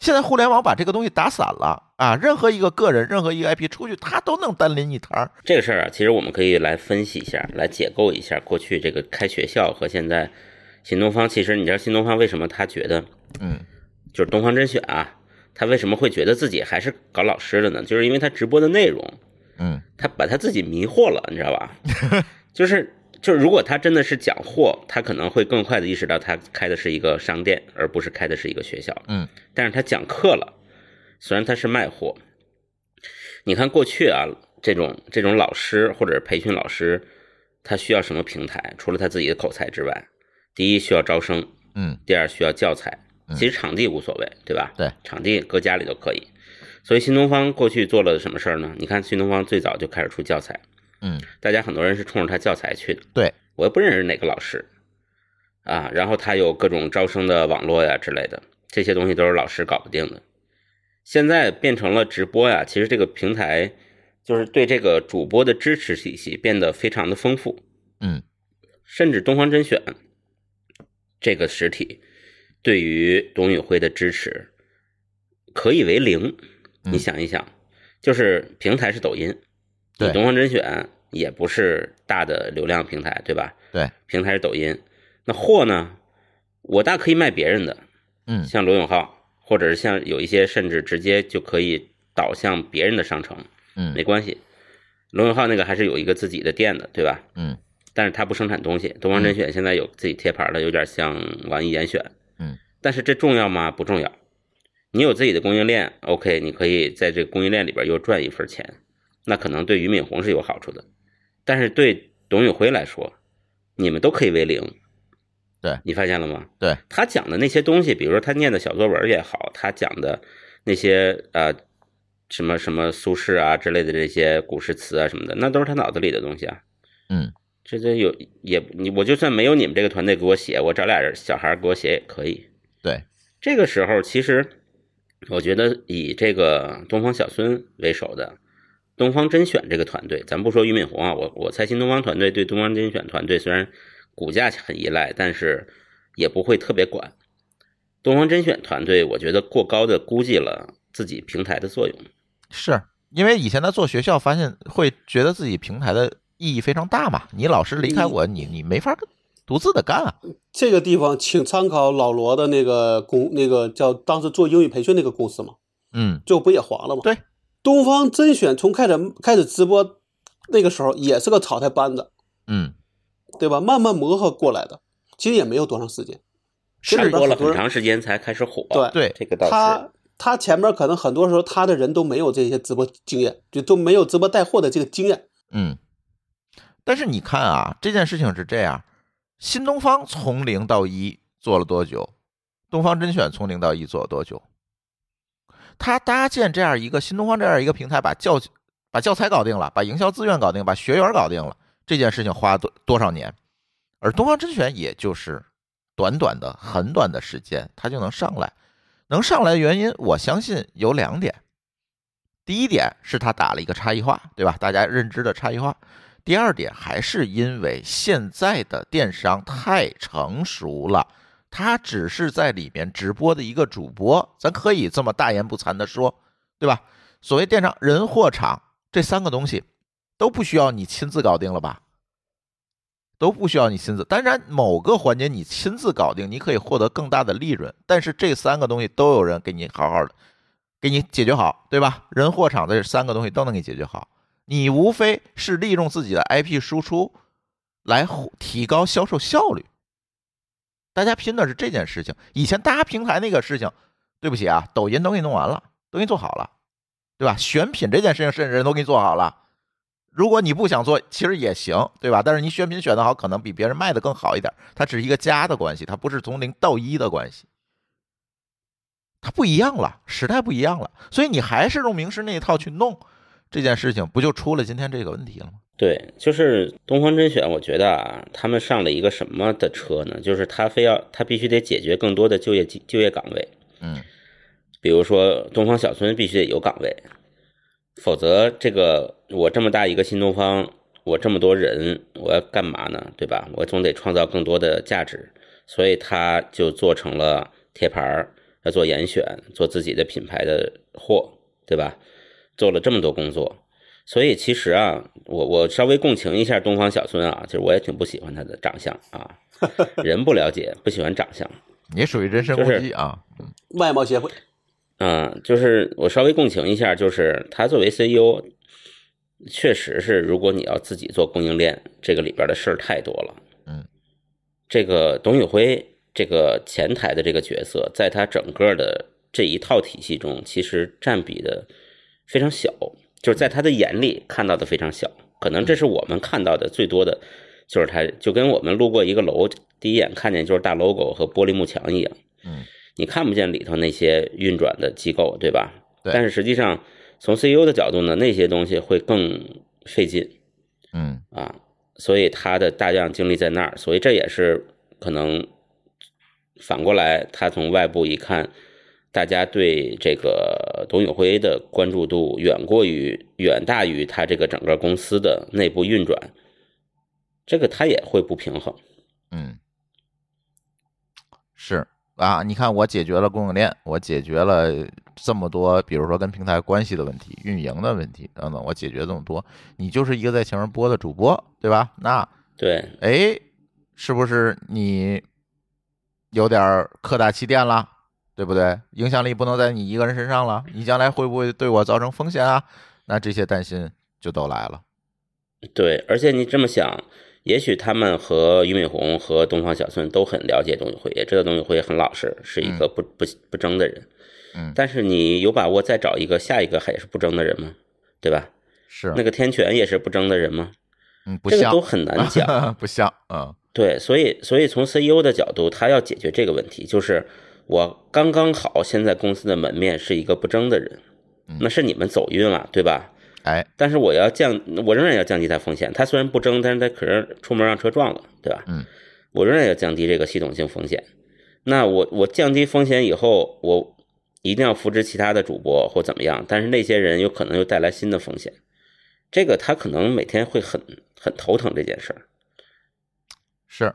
Speaker 3: 现在互联网把这个东西打散了啊，任何一个个人，任何一个 IP 出去，他都能单拎一摊儿。
Speaker 4: 这个事儿啊，其实我们可以来分析一下，来解构一下过去这个开学校和现在新东方。其实你知道新东方为什么他觉得
Speaker 3: 嗯，
Speaker 4: 就是东方甄选啊，他为什么会觉得自己还是搞老师的呢？就是因为他直播的内容，
Speaker 3: 嗯
Speaker 4: 他把他自己迷惑了，你知道吧？ *laughs* 就是就是，如果他真的是讲货，他可能会更快的意识到他开的是一个商店，而不是开的是一个学校。
Speaker 3: 嗯，
Speaker 4: 但是他讲课了，虽然他是卖货，你看过去啊，这种这种老师或者培训老师，他需要什么平台？除了他自己的口才之外，第一需要招生，
Speaker 3: 嗯
Speaker 4: 第二需要教材
Speaker 3: 嗯，
Speaker 4: 其实场地无所谓，对吧？
Speaker 3: 对，
Speaker 4: 场地搁家里都可以。所以新东方过去做了什么事儿呢？你看新东方最早就开始出教材，
Speaker 3: 嗯，
Speaker 4: 大家很多人是冲着他教材去的。
Speaker 3: 对，
Speaker 4: 我又不认识哪个老师啊，然后他有各种招生的网络呀之类的，这些东西都是老师搞不定的。现在变成了直播呀，其实这个平台就是对这个主播的支持体系变得非常的丰富。
Speaker 3: 嗯，
Speaker 4: 甚至东方甄选这个实体对于董宇辉的支持可以为零。
Speaker 3: 嗯
Speaker 4: 你想一想，就是平台是抖音，
Speaker 3: 对
Speaker 4: 你东方甄选也不是大的流量平台，对吧？
Speaker 3: 对，
Speaker 4: 平台是抖音，那货呢？我大可以卖别人的，
Speaker 3: 嗯
Speaker 4: 像罗永浩，或者是像有一些甚至直接就可以导向别人的商城，没
Speaker 3: 嗯
Speaker 4: 关系。罗永浩那个还是有一个自己的店的，对吧？
Speaker 3: 嗯
Speaker 4: 但是他不生产东西。东方甄选现在有自己贴牌了，有点像网易严选。
Speaker 3: 嗯，
Speaker 4: 但是这重要吗？不重要。你有自己的供应链，OK，你可以在这个供应链里边又赚一份钱，那可能对俞敏洪是有好处的，但是对董宇辉来说，你们都可以为零。
Speaker 3: 对
Speaker 4: 你发现了吗？
Speaker 3: 对，
Speaker 4: 他讲的那些东西，比如说他念的小作文也好，他讲的那些呃什么什么苏轼啊之类的这些古诗词啊什么的，那都是他脑子里的东西啊。
Speaker 3: 嗯，
Speaker 4: 这这有也你我就算没有你们这个团队给我写，我找俩人小孩儿给我写也可以。
Speaker 3: 对，
Speaker 4: 这个时候其实我觉得以这个东方小孙为首的东方甄选这个团队，咱不说俞敏洪啊，我我猜新东方团队对东方甄选团队虽然股价很依赖，但是也不会特别管。东方甄选团队，我觉得过高的估计了自己平台的作用。
Speaker 3: 是因为以前他做学校，发现会觉得自己平台的意义非常大嘛。你老师离开我，你你没法独自的干啊。
Speaker 5: 这个地方请参考老罗的那个公，那个叫当时做英语培训那个公司嘛，
Speaker 3: 嗯，
Speaker 5: 最后不也黄了吗？
Speaker 3: 对，
Speaker 5: 东方甄选从开始开始直播那个时候也是个草台班子，
Speaker 3: 嗯，
Speaker 5: 对吧？慢慢磨合过来的，其实也没有多长时间。
Speaker 3: 是
Speaker 4: 差不多了
Speaker 5: 很
Speaker 4: 很
Speaker 5: 多人
Speaker 4: 长时间才开始火。
Speaker 5: 对
Speaker 3: 对，
Speaker 4: 这个倒是
Speaker 5: 他他前面可能很多时候他的人都没有这些直播经验，就都没有直播带货的这个经验。
Speaker 3: 嗯。但是你看啊，这件事情是这样：新东方从零到一做了多久？东方甄选从零到一做了多久？他搭建这样一个新东方这样一个平台，把教把教材搞定了，把营销资源搞定，把学员搞定了，这件事情花多多少年？而东方甄选也就是短短的很短的时间，它就能上来。能上来的原因，我相信有两点。第一点是它打了一个差异化，对吧？大家认知的差异化。第二点还是因为现在的电商太成熟了，它只是在里面直播的一个主播，咱可以这么大言不惭的说，对吧？所谓电商人、货、场这三个东西都不需要你亲自搞定了吧？都不需要你亲自。当然，某个环节你亲自搞定，你可以获得更大的利润。但是这三个东西都有人给你好好的给你解决好，对吧？人、货、场这三个东西都能给你解决好。你无非是利用自己的 IP 输出来获提高销售效率。大家拼的是这件事情。以前搭平台那个事情，对不起啊，抖音都给你弄完了，都给你做好了，对吧？选品这件事情，甚至人都给你做好了。如果你不想做，其实也行，对吧？但是你选品选的好，可能比别人卖的更好一点。它只是一个加的关系，它不是从零到一的关系。它不一样了，时代不一样了，所以你还是用名师那一套去弄这件事情，不就出了今天这个问题了吗？
Speaker 4: 对，就是东方甄选，我觉得啊，他们上了一个什么的车呢？就是他非要他必须得解决更多的就业机就业岗位，
Speaker 3: 嗯，
Speaker 4: 比如说东方小村必须得有岗位，否则这个我这么大一个新东方，我这么多人，我要干嘛呢？对吧？我总得创造更多的价值，所以他就做成了贴牌儿，要做严选，做自己的品牌的货，对吧？做了这么多工作，所以其实啊，我我稍微共情一下东方小孙啊，就是我也挺不喜欢他的长相啊，人不了解，不喜欢长相，
Speaker 3: 你属于人身攻击啊，
Speaker 5: 外贸协会，
Speaker 4: 嗯，就是我稍微共情一下，就是他作为 CEO，确实是，如果你要自己做供应链，这个里边的事儿太多了。
Speaker 3: 嗯，
Speaker 4: 这个董宇辉这个前台的这个角色，在他整个的这一套体系中，其实占比的非常小，就是在他的眼里看到的非常小。可能这是我们看到的最多的，就是他就跟我们路过一个楼，第一眼看见就是大 logo 和玻璃幕墙一样。你看不见里头那些运转的机构，对吧？
Speaker 3: 对
Speaker 4: 但是实际上，从 CEO 的角度呢，那些东西会更费劲
Speaker 3: 嗯
Speaker 4: 啊，所以他的大量精力在那儿，所以这也是可能反过来，他从外部一看，大家对这个董宇辉的关注度远过于远大于他这个整个公司的内部运转，这个他也会不平衡。
Speaker 3: 嗯，是啊，你看我解决了供应链，我解决了这么多，比如说跟平台关系的问题、运营的问题等等，我解决这么多，你就是一个在前面播的主播，对吧？那
Speaker 4: 对，
Speaker 3: 哎，是不是你有点儿客大欺店了，对不对？影响力不能在你一个人身上了，你将来会不会对我造成风险啊？那这些担心就都来了。
Speaker 4: 对，而且你这么想，也许他们和俞敏洪和东方小孙都很了解董宇辉，也知道董宇辉很老实，是一个不、不不争的人。
Speaker 3: 嗯
Speaker 4: 但是你有把握再找一个下一个还是不争的人吗？对吧？
Speaker 3: 是，
Speaker 4: 那个天权也是不争的人吗？
Speaker 3: 嗯，不
Speaker 4: 这个
Speaker 3: 像
Speaker 4: 都，很难讲。
Speaker 3: *laughs* 不像，嗯
Speaker 4: 对，所以所以从 CEO 的角度，他要解决这个问题，就是我刚刚好，现在公司的门面是一个不争的人，
Speaker 3: 嗯
Speaker 4: 那是你们走运了，对吧？
Speaker 3: 哎，
Speaker 4: 但是我要降，我仍然要降低它风险。它虽然不争，但是它可能出门让车撞了，对吧？
Speaker 3: 嗯，
Speaker 4: 我仍然要降低这个系统性风险。那我我降低风险以后，我一定要扶持其他的主播或怎么样，但是那些人有可能又带来新的风险，这个他可能每天会很很头疼这件事儿。
Speaker 3: 是，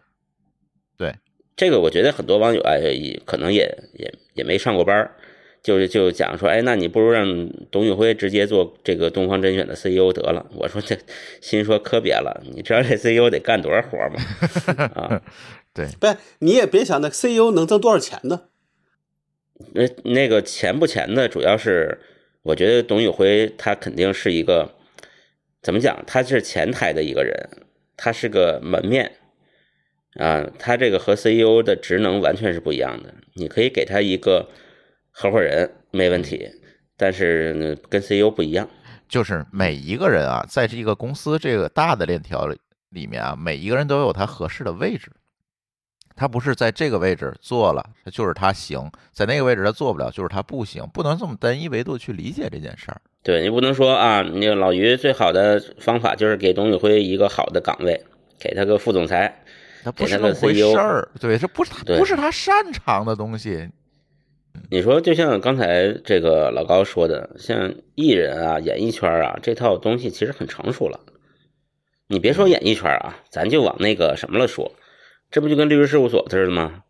Speaker 4: 这个我觉得很多网友哎，也可能也也也没上过班儿，就是就讲说，哎，那你不如让董宇辉直接做这个东方甄选的 CEO 得了。我说这心说可别了，你知道这 CEO 得干多少活儿吗？ *laughs* 啊，
Speaker 5: 不是，你也别想那 CEO 能挣多少钱呢？
Speaker 4: 那呃那个钱不钱的，主要是我觉得董宇辉他肯定是一个怎么讲，他是前台的一个人，他是个门面啊，他这个和 CEO 的职能完全是不一样的。你可以给他一个合伙人没问题，但是呢跟 CEO 不一样。
Speaker 3: 就是每一个人啊，在这个公司这个大的链条里里面啊，每一个人都有他合适的位置。他不是在这个位置做了，他就是他行；在那个位置他做不了，就是他不行。不能这么单一维度去理解这件事儿。
Speaker 4: 对你不能说啊，那个老于最好的方法就是给董宇辉一个好的岗位，给他个副总裁，
Speaker 3: 它不
Speaker 4: 给
Speaker 3: 是
Speaker 4: 他个
Speaker 3: 那么回
Speaker 4: CEO
Speaker 3: 事儿，对，这不是他
Speaker 4: 对
Speaker 3: 不是他擅长的东西，
Speaker 4: 你说，就像刚才这个老高说的，像艺人啊、演艺圈啊这套东西，其实很成熟了。你别说演艺圈啊，咱就往那个什么了说，这不就跟律师事务所似的吗？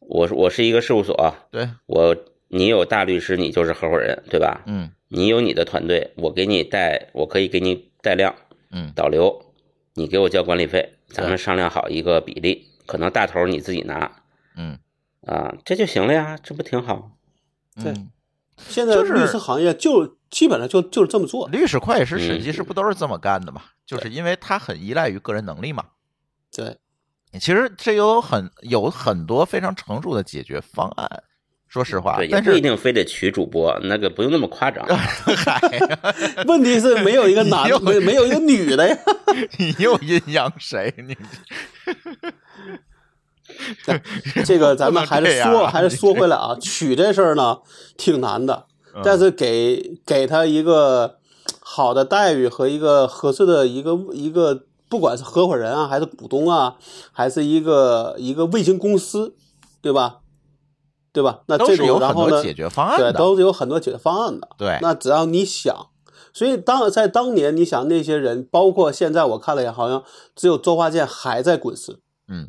Speaker 4: 我是我是一个事务所，啊
Speaker 3: 对，
Speaker 4: 我你有大律师，你就是合伙人，对吧？
Speaker 3: 嗯
Speaker 4: 你有你的团队，我给你带，我可以给你带量
Speaker 3: 嗯，
Speaker 4: 导流，你给我交管理费，咱
Speaker 3: 对
Speaker 4: 们商量好一个比例，可能大头儿你自己拿
Speaker 3: 嗯
Speaker 4: 啊，这就行了呀，这不挺好？
Speaker 5: 对
Speaker 3: 嗯，
Speaker 5: 现在
Speaker 3: 就是
Speaker 5: 律师行业就基本上就就是这么做，
Speaker 3: 律师、会计师、审
Speaker 4: 嗯
Speaker 3: 计师不都是这么干的嘛？就是因为他很依赖于个人能力嘛。
Speaker 5: 对，
Speaker 3: 其实这有很有很多非常成熟的解决方案，说实话 *laughs*
Speaker 4: 对，，也
Speaker 3: 但
Speaker 4: 不一
Speaker 3: 是啊
Speaker 4: 定非得娶主播，那个不用那么夸张。
Speaker 3: 嗨，
Speaker 5: 问题是没有一个男
Speaker 3: *laughs* 你又
Speaker 5: 没没有一个女的呀。
Speaker 3: *laughs* 你又阴阳谁？你
Speaker 5: 这个咱们还是
Speaker 3: 不能这样嗯
Speaker 5: 说
Speaker 3: 啊
Speaker 5: 还是说回来啊，娶这事儿呢挺难的，但是给给他一个好的待遇和一个合适的一个一个，不管是合伙人啊，还是股东啊，还是一个一个卫星公司，对吧？对吧？那
Speaker 3: 都
Speaker 5: 这
Speaker 3: 是有
Speaker 5: 种然
Speaker 3: 很
Speaker 5: 后
Speaker 3: 多
Speaker 5: 呢，
Speaker 3: 解决方案
Speaker 5: 对，
Speaker 3: 的，
Speaker 5: 都是有很多解决方案的。
Speaker 3: 对
Speaker 5: 那只要你想，所以当在当年，你想那些人，包括现在我看了也好像只有周华健还在滚石。
Speaker 3: 嗯，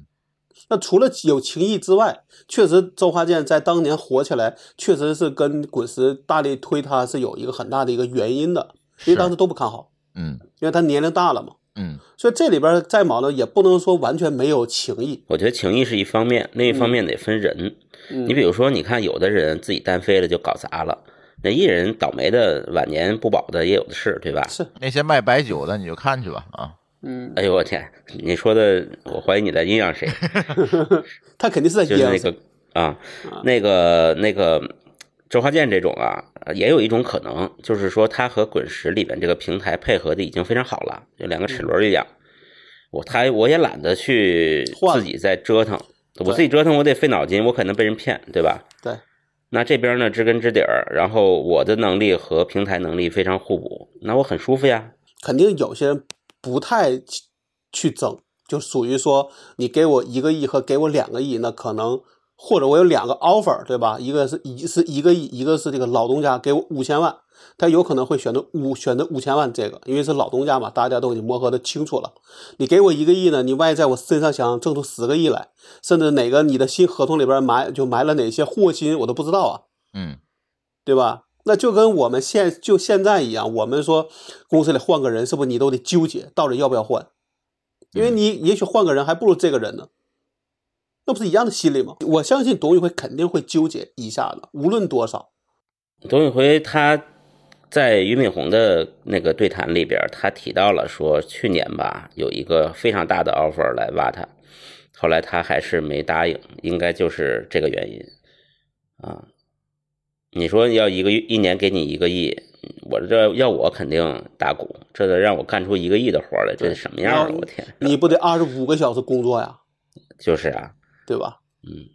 Speaker 5: 那除了有情谊之外，确实周华健在当年火起来，确实是跟滚石大力推他是有一个很大的一个原因的，因为当时
Speaker 3: 是
Speaker 5: 都不看好，
Speaker 3: 嗯
Speaker 5: 因为他年龄大了嘛。
Speaker 3: 嗯，
Speaker 5: 所以这里边再忙呢，也不能说完全没有情谊。
Speaker 4: 我觉得情谊是一方
Speaker 3: 嗯
Speaker 4: 面，另一方面得分人。
Speaker 5: 嗯
Speaker 4: 你比如说，你看有的人自己单飞了就搞砸了，那艺人倒霉的晚年不保的也有的是，对吧？
Speaker 5: 是，
Speaker 3: 那些卖白酒的你就看去吧啊，
Speaker 5: 嗯，
Speaker 4: 哎呦我天，你说的我怀疑你在阴阳谁，
Speaker 5: 他肯定是在
Speaker 4: 就是那
Speaker 5: 烟上
Speaker 4: 个啊，那个那个周华健这种啊，也有一种可能，就是说他和滚石里面这个平台配合的已经非常好了，就两个齿轮一样。我他我也懒得去
Speaker 5: 嗯换
Speaker 4: 自己再折腾，我
Speaker 5: 对
Speaker 4: 自己折腾我得费脑筋，我可能被人骗，对吧？
Speaker 5: 对，
Speaker 4: 那这边呢知根知底儿，然后我的能力和平台能力非常互补，那我很舒服呀。
Speaker 5: 肯定有些人不太去去争，就属于说你给我一个亿和给我两个亿，那可能或者我有两个 offer，对吧？一个是一是一个亿，一个是这个老东家给我五千万，他有可能会选择五选择五千万这个，因为是老东家嘛，大家都已经磨合的清楚了。你给我一个亿呢，你万一在我身上想挣出十个亿来，甚至哪个你的新合同里边埋就埋了哪些祸心，我都不知道啊。
Speaker 3: 嗯
Speaker 5: 对吧？那就跟我们现就现在一样，我们说公司里换个人，是不是你都得纠结到底要不要换？
Speaker 4: 嗯
Speaker 5: 因为你也许换个人还不如这个人呢，那不是一样的心理吗？我相信董宇辉肯定会纠结一下的，无论多少。
Speaker 4: 董宇辉他在俞敏洪的那个对谈里边，他提到了说，去年吧有一个非常大的 offer 来挖他，后来他还是没答应，应该就是这个原因啊。你说要一个月一年给你一个亿，我这要我肯定打鼓，这得让我干出一个亿的活来，这什么样
Speaker 5: 然
Speaker 4: 啊！
Speaker 5: 后
Speaker 4: 我天，
Speaker 5: 你不得二十五个小时工作呀，
Speaker 4: 就是啊，
Speaker 5: 对吧？
Speaker 4: 嗯，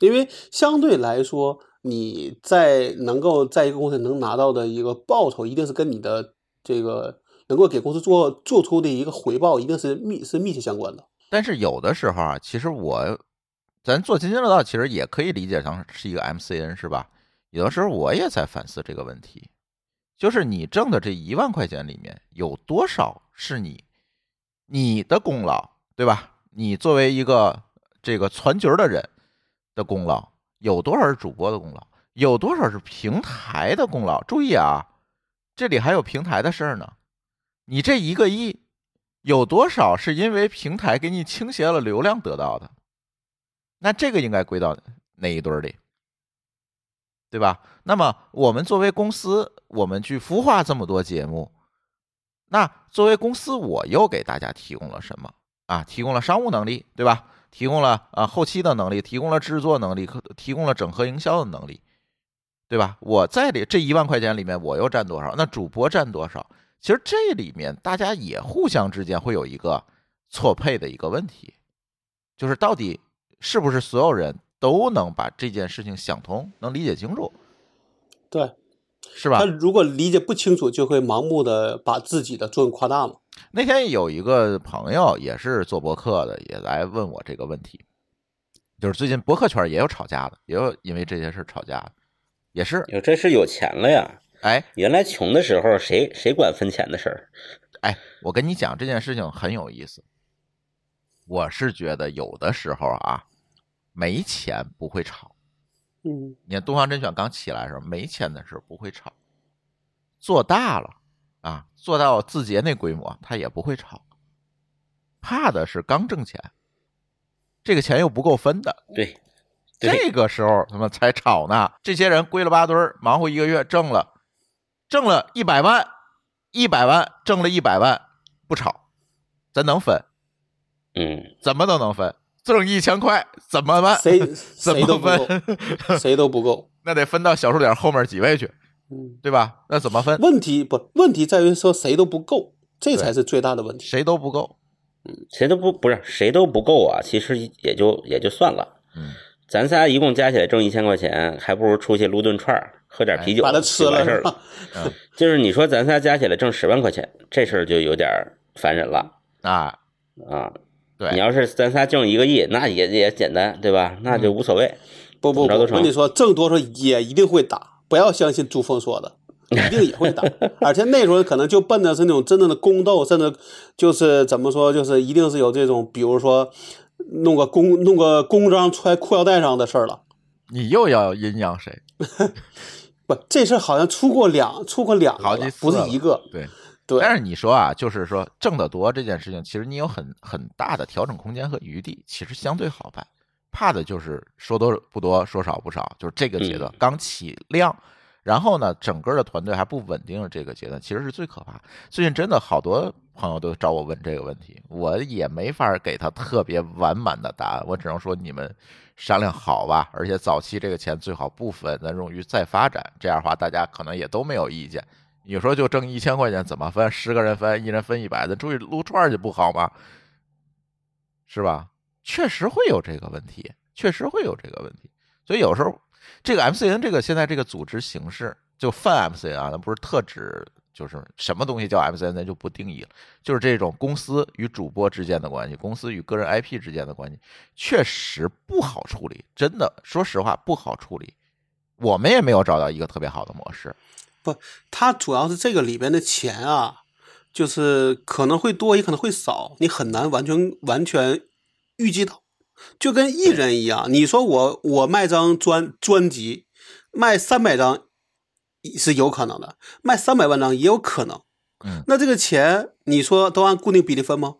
Speaker 5: 因为相对来说，你在能够在一个公司能拿到的一个报酬，一定是跟你的这个能够给公司做做出的一个回报，一定是密是密切相关的。
Speaker 3: 但是有的时候啊，其实我咱做津津乐道，其实也可以理解成是一个 MCN 是吧？有的时候我也在反思这个问题，就是你挣的这一万块钱里面有多少是你你的功劳，对吧？你作为一个这个攒局儿的人的功劳，有多少是主播的功劳，有多少是平台的功劳？注意啊，这里还有平台的事儿呢。你这一个亿，有多少是因为平台给你倾斜了流量得到的？那这个应该归到那一堆儿里，对吧？那么我们作为公司，我们去孵化这么多节目，那作为公司，我又给大家提供了什么啊？提供了商务能力，对吧？提供了啊后期的能力，提供了制作能力，可提供了整合营销的能力，对吧？我在里这一万块钱里面，我又占多少？那主播占多少？其实这里面大家也互相之间会有一个错配的一个问题，就是到底是不是所有人都能把这件事情想通，能理解清楚，
Speaker 5: 对
Speaker 3: 是吧？
Speaker 5: 他如果理解不清楚，就会盲目的把自己的作用夸大嘛。
Speaker 3: 那天有一个朋友也是做博客的，也来问我这个问题，就是最近博客圈也有吵架的，也有因为这些事儿吵架的，也是
Speaker 4: 哟，这是有钱了呀！
Speaker 3: 哎
Speaker 4: 原来穷的时候谁，谁管分钱的事儿？
Speaker 3: 哎，我跟你讲这件事情很有意思，我是觉得有的时候啊，没钱不会吵，
Speaker 5: 嗯，
Speaker 3: 你看东方甄选刚起来的时候，没钱的时候不会吵，做大了啊，做到字节那规模，他也不会吵。怕的是刚挣钱，这个钱又不够分的，
Speaker 4: 对，对
Speaker 3: 这个时候他们才吵呢。这些人归了八堆儿，忙活一个月，挣了挣了一百万，一百万挣了一百万，不吵，咱能分，
Speaker 4: 嗯，
Speaker 3: 怎么都能分。挣一千块怎么
Speaker 4: 啊
Speaker 3: 办？
Speaker 4: *laughs*
Speaker 5: 谁
Speaker 3: 怎
Speaker 5: 谁
Speaker 3: 么
Speaker 5: 都不够，
Speaker 3: 分？
Speaker 5: 谁都不够。
Speaker 3: 那得分到小数点后面几位去。
Speaker 5: 嗯，
Speaker 3: 对吧？那怎么分？
Speaker 5: 问题不，问题在于说谁都不够，这才是最大的问题。
Speaker 3: 谁都不够。
Speaker 4: 谁都不不是谁都不够啊，其实也就也就算了。
Speaker 3: 嗯，
Speaker 4: 咱仨一共加起来挣一千块钱，还不如出去撸顿串儿，喝点啤酒，
Speaker 5: 哎把它
Speaker 4: 就
Speaker 5: 吃
Speaker 4: 完
Speaker 5: 了
Speaker 4: 事儿
Speaker 5: 是
Speaker 4: 了。
Speaker 5: 吧？
Speaker 4: 就是你说咱仨加起来挣十万块钱，这事儿就有点儿烦人了
Speaker 3: 啊，
Speaker 4: 啊！
Speaker 3: 对，
Speaker 4: 你要是咱仨挣一个亿，那也也简单，对吧？那
Speaker 5: 嗯
Speaker 4: 就无所谓。
Speaker 5: 不不
Speaker 4: 怎么着都
Speaker 5: 不，我
Speaker 4: 成
Speaker 5: 跟你说，挣多少也一定会打，不要相信朱峰说的，一定也会
Speaker 4: *laughs*
Speaker 5: 打。而且那时候可能就奔着是那种真正的宫斗，甚至就是怎么说，就是一定是有这种，比如说弄个公弄个公章揣裤腰带上的事儿了。
Speaker 3: 你又要阴阳谁？
Speaker 5: 不，这事儿好像出过两出过两个
Speaker 3: 好几
Speaker 5: 了
Speaker 3: 次
Speaker 5: 不是
Speaker 3: 了
Speaker 5: 一个。
Speaker 3: 对，
Speaker 5: 对，
Speaker 3: 但是你说啊，就是说挣得多这件事情，其实你有很很大的调整空间和余地，其实相对好办。怕的就是说多不多，说少不少，就是这个阶段
Speaker 4: 嗯
Speaker 3: 刚起量，然后呢，整个的团队还不稳定的这个阶段，其实是最可怕。最近真的好多朋友都找我问这个问题，我也没法给他特别完满的答案，我只能说你们商量好吧，而且早期这个钱最好不分，咱用于再发展，这样的话大家可能也都没有意见。你说就挣一千块钱怎么分？十个人分，一人分一百，咱出去撸串儿去不好吗？是吧？确实会有这个问题，确实会有这个问题。所以有时候这个 MCN 这个现在这个组织形式，就泛 MCN 啊，那不是特指就是什么东西叫 MCN，咱就不定义了。就是这种公司与主播之间的关系，公司与个人 IP 之间的关系，确实不好处理。真的，说实话不好处理。我们也没有找到一个特别好的模式。
Speaker 5: 它主要是这个里边的钱啊，就是可能会多，也可能会少，你很难完全完全预计到。就跟艺人一样，你说我我卖张专专辑，卖三百张是有可能的，卖三百万张也有可能。
Speaker 3: 嗯
Speaker 5: 那这个钱你说都按固定比例分吗？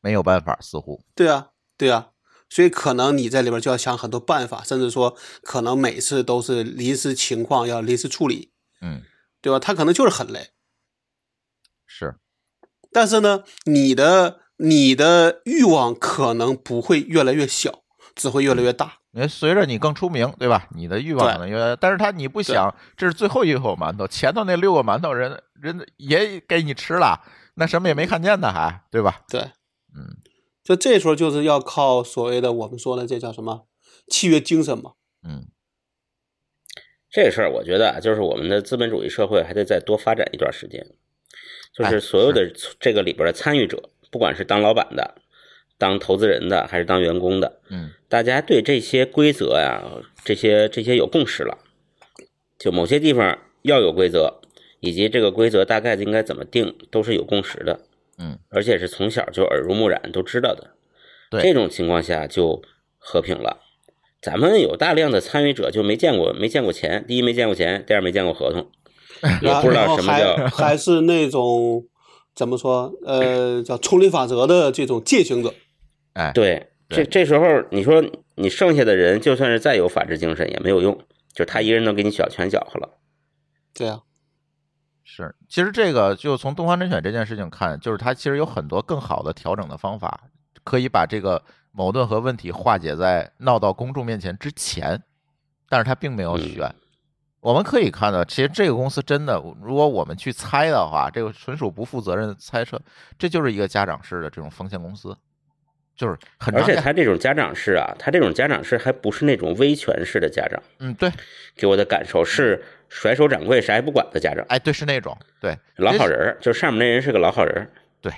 Speaker 3: 没有办法，似乎
Speaker 5: 对啊，对啊，所以可能你在里边就要想很多办法，甚至说可能每次都是临时情况要临时处理，
Speaker 3: 嗯，
Speaker 5: 对吧？他可能就是很累，
Speaker 3: 是
Speaker 5: 但是呢，你的你的欲望可能不会越来越小，只会越来越大。
Speaker 3: 因为随着你更出名，对吧？你的欲望
Speaker 5: 对
Speaker 3: 可能越来越，但是他你不想，这是最后一口馒头，前头那六个馒头人人也给你吃了，那什么也没看见呢，还对吧？
Speaker 5: 对，
Speaker 3: 嗯，
Speaker 5: 就这时候就是要靠所谓的我们说的这叫什么契约精神嘛。
Speaker 3: 嗯，
Speaker 4: 这事儿我觉得啊，就是我们的资本主义社会还得再多发展一段时间，就
Speaker 3: 哎
Speaker 4: 是所有的这个里边的参与者，不管是当老板的、当投资人的，还是当员工的，
Speaker 3: 嗯，
Speaker 4: 大家对这些规则呀、这些这些有共识了。就某些地方要有规则，以及这个规则大概应该怎么定，都是有共识的。
Speaker 3: 嗯，
Speaker 4: 而且是从小就耳濡目染都知道的。
Speaker 3: 对
Speaker 4: 这种情况下就和平了。咱们有大量的参与者就没见过没见过钱，第一没见过钱，第二没见过
Speaker 3: *laughs*
Speaker 4: 合同，也不知
Speaker 5: 然
Speaker 4: 道
Speaker 5: 后
Speaker 4: 什么
Speaker 5: 还
Speaker 4: 叫
Speaker 5: 还是那种怎么说呃叫丛林法则的这种践行者，
Speaker 3: 哎，
Speaker 4: 对。这
Speaker 3: *laughs* 对
Speaker 4: 这时候你说你剩下的人就算是再有法治精神也没有用，就是他一个人能给你搅全搅和了。
Speaker 5: 对啊呀、
Speaker 3: 是，其实这个就从东方甄选这件事情看，就是它其实有很多更好的调整的方法，可以把这个矛盾和问题化解在闹到公众面前之前，但是它并没有
Speaker 4: 嗯
Speaker 3: 选。我们可以看到，其实这个公司真的，如果我们去猜的话，这个纯属不负责任的猜测，这就是一个家长式的这种风险公司，就是很
Speaker 4: 而
Speaker 3: 常
Speaker 4: 且
Speaker 3: 见。
Speaker 4: 他这种家长式啊，他这种家长式还不是那种威权式的家长，
Speaker 3: 嗯，对，
Speaker 4: 给我的感受是甩手掌柜啥也不管的家长，
Speaker 3: 嗯哎，对，是那种，对，
Speaker 4: 老
Speaker 3: 这
Speaker 4: 好
Speaker 3: 是
Speaker 4: 人儿，就上面那人是个老好人儿，
Speaker 3: 对，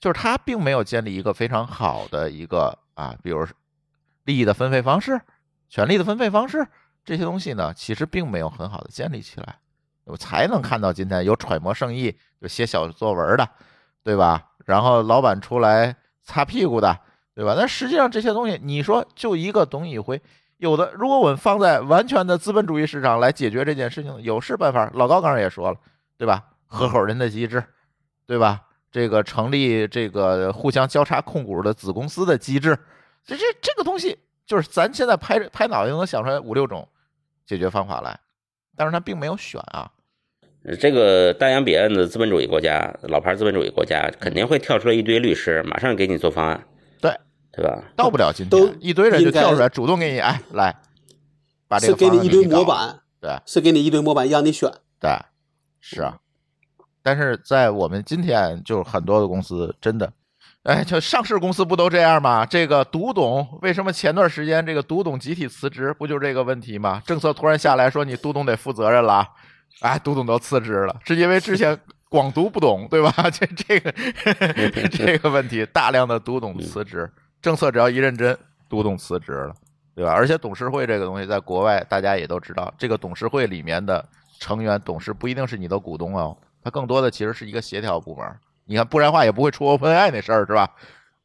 Speaker 3: 就是他并没有建立一个非常好的一个啊，比如是利益的分配方式、权利的分配方式这些东西呢，其实并没有很好的建立起来，我才能看到今天有揣摩圣意、有写小作文的，对吧？然后老板出来擦屁股的，对吧？那实际上这些东西，你说就一个董宇辉。有的，如果我们放在完全的资本主义市场来解决这件事情，有是办法。老高刚才也说了，对吧？合伙人的机制，对吧？这个成立这个互相交叉控股的子公司的机制，这这这个东西就是咱现在拍拍脑袋就能想出来五六种解决方法来，但是他并没有选啊，
Speaker 4: 呃这个大洋彼岸的资本主义国家，老牌资本主义国家肯定会跳出来一堆律师，马上给你做方案，
Speaker 3: 嗯对
Speaker 4: 对吧？
Speaker 3: 到不了今
Speaker 5: 都
Speaker 3: 天，一堆人就
Speaker 5: 应该
Speaker 3: 跳出来主动给你哎来，把这
Speaker 5: 是
Speaker 3: 个
Speaker 5: 给
Speaker 3: 方案
Speaker 5: 你一堆
Speaker 3: 搞
Speaker 5: 模板，
Speaker 3: 对
Speaker 5: 是给你一堆模板让你选，
Speaker 3: 对，是啊，但是在我们今天，就很多的公司真的，哎，就上市公司不都这样吗？这个独董为什么前段时间这个独董集体辞职，不就这个问题吗？政策突然下来说你独董得负责任了，哎，独董都辞职了，是因为之前广独不懂对吧？ *laughs* 这这个这个问题，大量的独董辞职，政策只要一认真，独董辞职了。对吧？而且董事会这个东西，在国外大家也都知道，这个董事会里面的成员、董事不一定是你的股东哦，它更多的其实是一个协调部门。你看，不然话也不会出 OpenAI 那事儿，是吧？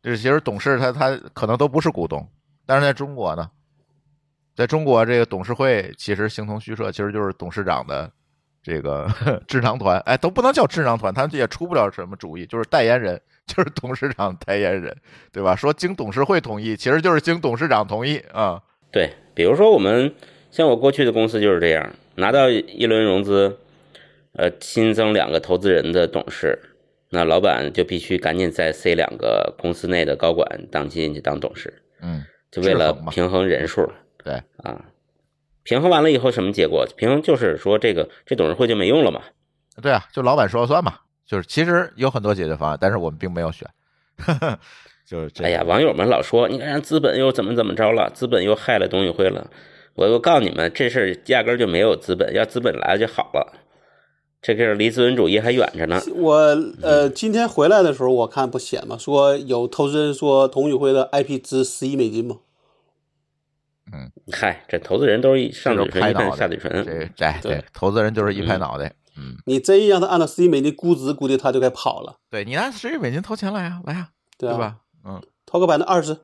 Speaker 3: 就是其实董事他他可能都不是股东，但是在中国呢，在中国这个董事会其实形同虚设，其实就是董事长的这个 *laughs* 智囊团，哎，都不能叫智囊团，他们也出不了什么主意，就是代言人，就是董事长代言人，对吧？说经董事会同意，其实就是经董事长同意啊。
Speaker 4: 对，比如说我们像我过去的公司就是这样，拿到一轮融资，呃，新增两个投资人的董事，那老板就必须赶紧再塞两个公司内的高管当进去当董事，
Speaker 3: 嗯，
Speaker 4: 就为了
Speaker 3: 制衡嘛
Speaker 4: 平衡人数。
Speaker 3: 对
Speaker 4: 啊，平衡完了以后什么结果？平衡就是说这个这董事会就没用了嘛。
Speaker 3: 对啊，就老板说了算嘛。就是其实有很多解决方案，但是我们并没有选。 *laughs* 就是这
Speaker 4: 哎呀，网友们老说你看人家资本又怎么怎么着了，资本又害了董宇辉了。我我告诉你们，这事儿压根儿就没有资本，要资本来了就好了。这个离资本主义还远着呢。
Speaker 5: 我呃，今天回来的时候我看不写嘛，说有投资人说董宇辉的 IP 值十亿美金嘛，
Speaker 4: 嗨，这投资人都是一上
Speaker 3: 这
Speaker 4: 嘴
Speaker 3: 种拍
Speaker 4: 唇一
Speaker 3: 脑
Speaker 4: 看
Speaker 3: 袋，
Speaker 4: 下嘴
Speaker 3: 这
Speaker 4: 唇，
Speaker 3: 这哎
Speaker 5: 对
Speaker 3: 对投资人就是
Speaker 4: 嗯
Speaker 3: 一拍脑袋。嗯
Speaker 5: 你真让他按照十亿美金估值，估计他就该跑了，
Speaker 3: 对你拿十亿美金投钱来啊，来啊，
Speaker 5: 对啊？
Speaker 3: 吧？嗯，
Speaker 5: 投个百分之二十，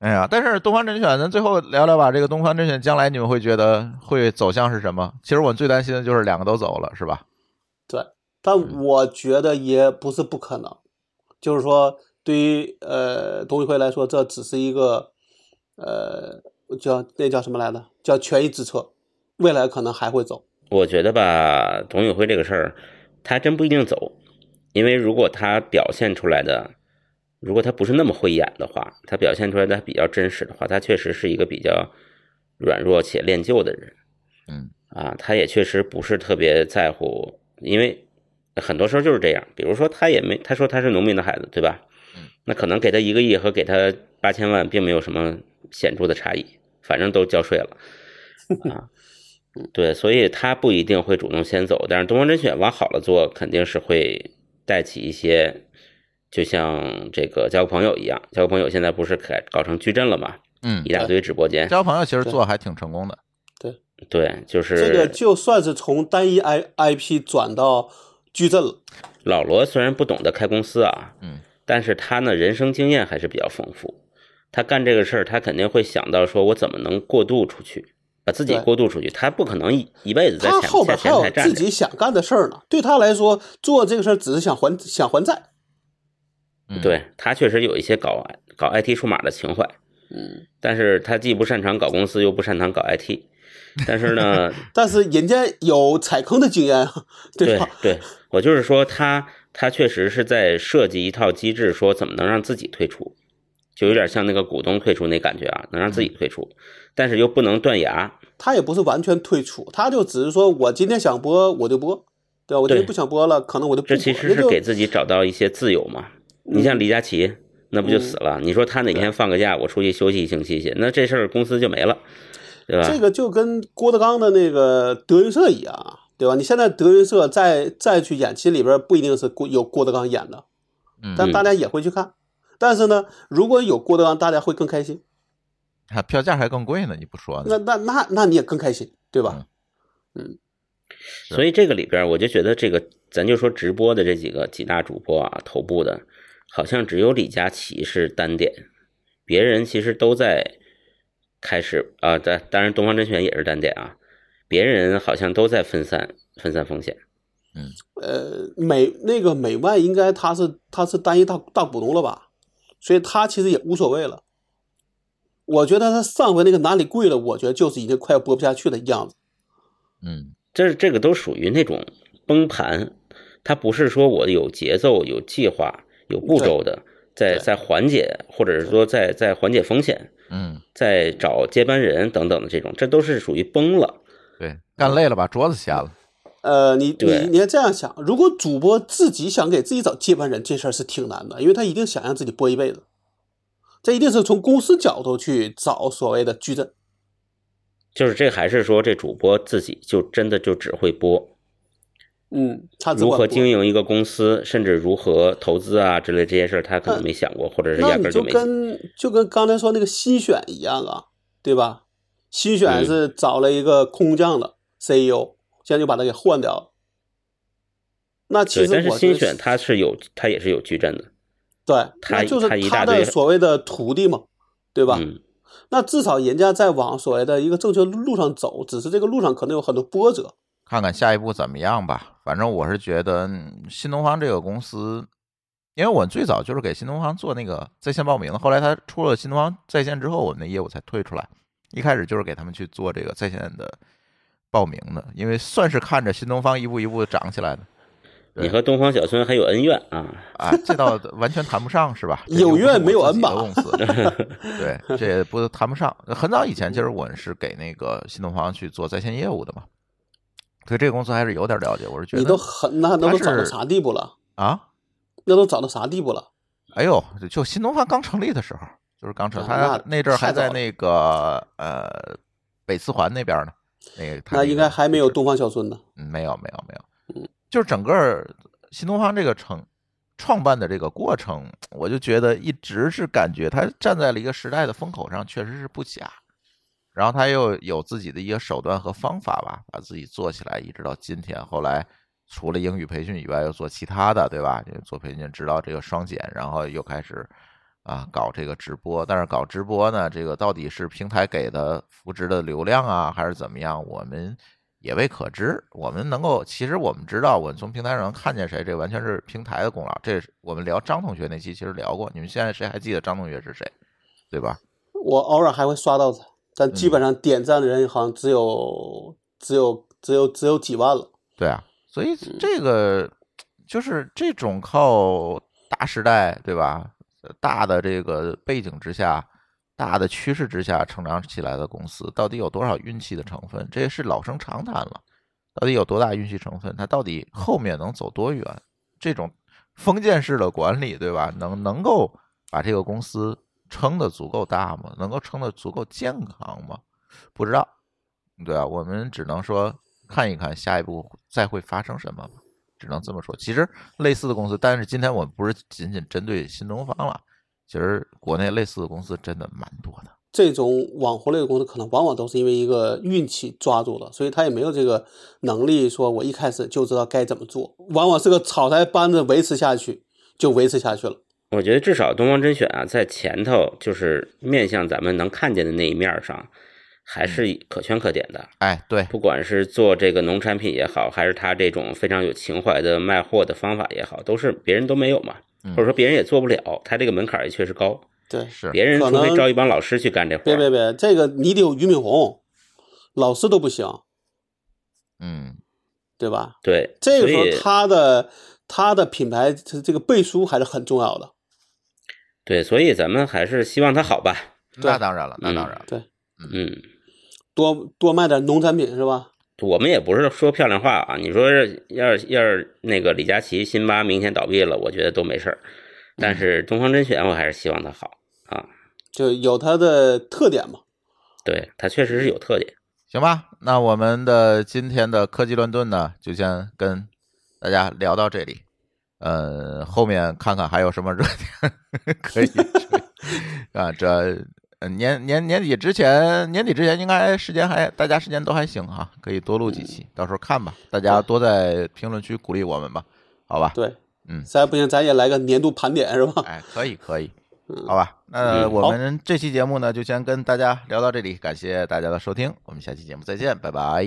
Speaker 3: 哎呀，但是东方甄选，咱最后聊聊吧。这个东方甄选将来你们会觉得会走向是什么？其实我最担心的就是两个都走了，是吧？
Speaker 5: 对，但我觉得也不是不可能，就是说，对于呃董宇辉来说，这只是一个呃叫那叫什么来着？叫权宜之策，未来可能还会走。
Speaker 4: 我觉得吧，董宇辉这个事儿，他还真不一定走，因为如果他表现出来的，如果他不是那么会演的话，他表现出来的比较真实的话，他确实是一个比较软弱且恋旧的人。
Speaker 3: 嗯，
Speaker 4: 啊，他也确实不是特别在乎，因为很多时候就是这样。比如说，他也没他说他是农民的孩子，对吧？
Speaker 5: 嗯
Speaker 4: 那可能给他一个亿和给他八千万并没有什么显著的差异，反正都交税了啊。对，所以他不一定会主动先走，但是东方甄选往好了做，肯定是会带起一些，就像这个交个朋友一样，交个朋友现在不是改搞成矩阵了嘛，
Speaker 3: 嗯
Speaker 4: 一，大堆直播间，
Speaker 3: 交朋友其实做得还挺成功的。
Speaker 4: 对，就是
Speaker 5: 这个就算是从单一 I IP 转到矩阵了，
Speaker 4: 老罗虽然不懂得开公司啊，
Speaker 3: 嗯，
Speaker 4: 但是他呢，人生经验还是比较丰富。他干这个事儿，他肯定会想到说，我怎么能过渡出去，把自己
Speaker 5: 对
Speaker 4: 过渡出去。他不可能一一辈子在
Speaker 5: 他
Speaker 4: 前
Speaker 5: 后
Speaker 4: 在
Speaker 5: 边
Speaker 4: 前台
Speaker 5: 还有自
Speaker 4: 站着
Speaker 5: 己。想干的事儿呢。对他来说，做这个事儿只是想还想还债。
Speaker 3: 嗯，
Speaker 4: 对他确实有一些搞搞 IT 数码的情怀，
Speaker 5: 嗯，
Speaker 4: 但是他既不擅长搞公司，又不擅长搞 IT。但是呢，
Speaker 5: 但是人家有踩坑的经验啊，
Speaker 4: 对
Speaker 5: 吧？
Speaker 4: 对，我就是说他他确实是在设计一套机制，说怎么能让自己退出，就有点像那个股东退出那感觉啊，能让自己
Speaker 5: 嗯
Speaker 4: 退出，但是又不能断崖。
Speaker 5: 他也不是完全退出，他就只是说我今天想播我就播，对吧？我今天
Speaker 4: 对
Speaker 5: 不想播了，可能我就不播
Speaker 4: 这
Speaker 5: 了。
Speaker 4: 其实
Speaker 5: 那
Speaker 4: 是
Speaker 5: 就嗯
Speaker 4: 给自己找到一些自由嘛。你像李佳琦，那不就死了？你说他哪天放个假，我出去休息一星期去，那这事儿公司就没了，对吧？
Speaker 5: 这个就跟郭德纲的那个德云社一样啊，对吧？你现在德云社再再去演，其实里边不一定是郭有郭德纲演的，
Speaker 3: 嗯
Speaker 5: 但大家也会去看。但是呢，如果有郭德纲，大家会更开心。
Speaker 3: 啊票价还更贵呢，你不说呢？
Speaker 5: 那那那那你也更开心，对吧？
Speaker 4: 所以这个里边儿，我就觉得这个，咱就说直播的这几个几大主播啊，头部的，好像只有李佳琦是单点，别人其实都在开始啊，当、当然东方甄选也是单点啊，别人好像都在分散分散风险。
Speaker 5: 呃，美那个美漫应该他是他是单一大大股东了吧，所以他其实也无所谓了。我觉得他上回那个哪里贵了，我觉得就是已经快要播不下去的样子。
Speaker 3: 嗯
Speaker 4: 这这个都属于那种崩盘，它不是说我有节奏、有计划、有步骤的，在
Speaker 5: 对
Speaker 4: 在缓解，或者是说在在缓解风险，
Speaker 3: 嗯，
Speaker 4: 在找接班人等等的这种，这都是属于崩了。
Speaker 3: 对，干累了把桌子掀了，
Speaker 5: 呃，你
Speaker 4: 对
Speaker 5: 你你要这样想，如果主播自己想给自己找接班人，这事儿是挺难的，因为他一定想让自己播一辈子，这一定是从公司角度去找所谓的矩阵。
Speaker 4: 就是这还是说这主播自己就真的就只会播，
Speaker 5: 嗯，他只
Speaker 4: 如
Speaker 5: 管
Speaker 4: 何
Speaker 5: 播
Speaker 4: 经营一个公司，甚至如何投资啊之类这些事儿，他可能没想过，或者是
Speaker 5: 嗯那
Speaker 4: 压
Speaker 5: 你
Speaker 4: 根儿
Speaker 5: 就
Speaker 4: 没。
Speaker 5: 跟就跟刚才说那个新选一样啊，对吧？新
Speaker 4: 嗯
Speaker 5: 选是找了一个空降的 CEO，现在就把他给换掉了。那
Speaker 4: 对，
Speaker 5: 其实
Speaker 4: 但是
Speaker 5: 我觉
Speaker 4: 新
Speaker 5: 得
Speaker 4: 选他是有，他也是有矩阵的，
Speaker 5: 对，
Speaker 4: 他
Speaker 5: 那就是
Speaker 4: 他一
Speaker 5: 他
Speaker 4: 大
Speaker 5: 的
Speaker 4: 堆
Speaker 5: 所谓的徒弟嘛，对吧？
Speaker 4: 嗯，
Speaker 5: 那至少人家在往所谓的一个正确路上走，只是这个路上可能有很多波折。
Speaker 3: 看看下一步怎么样吧。反正我是觉得嗯新东方这个公司，因为我最早就是给新东方做那个在线报名的，后来他出了新东方在线之后，我们的业务才退出来。一开始就是给他们去做这个在线的报名的，因为算是看着新东方一步一步涨起来的对
Speaker 4: 你和东方小孙还有恩怨啊，
Speaker 3: 啊，这
Speaker 5: *laughs*
Speaker 3: 倒完全谈不上是吧？这又
Speaker 5: 有
Speaker 3: 不是
Speaker 5: 怨
Speaker 3: 我
Speaker 5: 没有
Speaker 3: 自己
Speaker 5: 恩吧
Speaker 3: 的公司
Speaker 5: *laughs*
Speaker 3: 对，这也不谈不上。很早以前，其实我是给那个新东方去做在线业务的嘛，对这个公司还是有点了解。我是觉得
Speaker 5: 你都很那那
Speaker 3: 他
Speaker 5: 都找到
Speaker 3: 是
Speaker 5: 啥地步了？
Speaker 3: 啊，
Speaker 5: 那都找到啥地步了？
Speaker 3: 哎呦，就新东方刚成立的时候，就是刚成，
Speaker 5: 啊
Speaker 3: 他
Speaker 5: 那
Speaker 3: 那阵儿还
Speaker 5: 太早
Speaker 3: 在
Speaker 5: 了
Speaker 3: 那个呃北四环那边呢，那个他
Speaker 5: 那
Speaker 3: 个
Speaker 5: 应该还没有东方小孙呢。
Speaker 3: 嗯没有没有没有，就是整个儿新东方这个成创办的这个过程，我就觉得一直是感觉他站在了一个时代的风口上，确实是不假。然后他又有自己的一个手段和方法吧，把自己做起来，一直到今天。后来除了英语培训以外，又做其他的，对吧？就做培训指导这个双减，然后又开始啊搞这个直播。但是搞直播呢，这个到底是平台给的扶植的流量啊，还是怎么样？我们也未可知。我们能够，其实我们知道，我们从平台上能看见谁，这完全是平台的功劳。这是我们聊张同学那期其实聊过，你们现在谁还记得张同学是谁，对吧？
Speaker 5: 我偶尔还会刷到他，但
Speaker 4: 嗯
Speaker 5: 基本上点赞的人好像只有、只有只有只有几万了。
Speaker 3: 对啊，所以这个就是这种靠大时代，对吧？呃大的这个背景之下，大的趋势之下成长起来的公司，到底有多少运气的成分？这也是老生常谈了。到底有多大运气成分？它到底后面能走多远？这种封建式的管理，对吧？能能够把这个公司撑得足够大吗？能够撑得足够健康吗？不知道，对啊，我们只能说看一看下一步再会发生什么吧，只能这么说。其实类似的公司，但是今天我们不是仅仅针对新东方了，其实国内类似的公司真的蛮多的。
Speaker 5: 这种网红类的公司，可能往往都是因为一个运气抓住了，所以他也没有这个能力，说我一开始就知道该怎么做，往往是个草台班子维持下去就维持下去了。
Speaker 4: 我觉得至少东方甄选啊，在前头就是面向咱们能看见的那一面上，还
Speaker 5: 嗯
Speaker 4: 是可圈可点的。
Speaker 3: 哎，对，
Speaker 4: 不管是做这个农产品也好，还是他这种非常有情怀的卖货的方法也好，都是别人都没有嘛，或者说别人也做不了，他这个门槛儿也确实高。
Speaker 5: 对，
Speaker 3: 嗯是
Speaker 4: 别人
Speaker 5: 可
Speaker 4: 除非
Speaker 5: 能
Speaker 4: 招一帮老师去干这活儿，
Speaker 5: 别别别，这个你得有俞敏洪，老师都不行，
Speaker 3: 嗯，
Speaker 5: 对吧？
Speaker 4: 对，
Speaker 5: 这个时
Speaker 4: 所以
Speaker 5: 候他的他的品牌这个背书还是很重要的。
Speaker 4: 对，所以咱们还是希望他好吧。
Speaker 3: 那当然了，那当然了，
Speaker 4: 嗯，
Speaker 5: 多多卖点农产品是吧？
Speaker 4: 我们也不是说漂亮话啊。你说是要是要是那个李佳琦、辛巴明天倒闭了，我觉得都没事儿。
Speaker 5: 嗯
Speaker 4: 但是东方甄选，我还是希望他好啊。
Speaker 5: 就有它的特点嘛。
Speaker 4: 对，他确实是有特点。
Speaker 3: 行吧？那我们的今天的科技乱炖呢，就先跟大家聊到这里。呃，后面看看还有什么热点 *laughs* 可以追啊？这呃年年年底之前，年底之前应该时间还大家时间都还行哈，可以多录几期，到时候看吧。大家多在评论区鼓励我们吧，好吧？
Speaker 5: 对，
Speaker 3: 嗯
Speaker 5: 实在不行咱也来个年度盘点是吧？
Speaker 3: 哎，可以可以，好吧，那
Speaker 4: 嗯
Speaker 3: 我们这期节目呢，就先跟大家聊到这里，感谢大家的收听，我们下期节目再见，拜拜。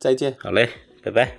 Speaker 5: 再见。
Speaker 4: 好嘞，拜拜。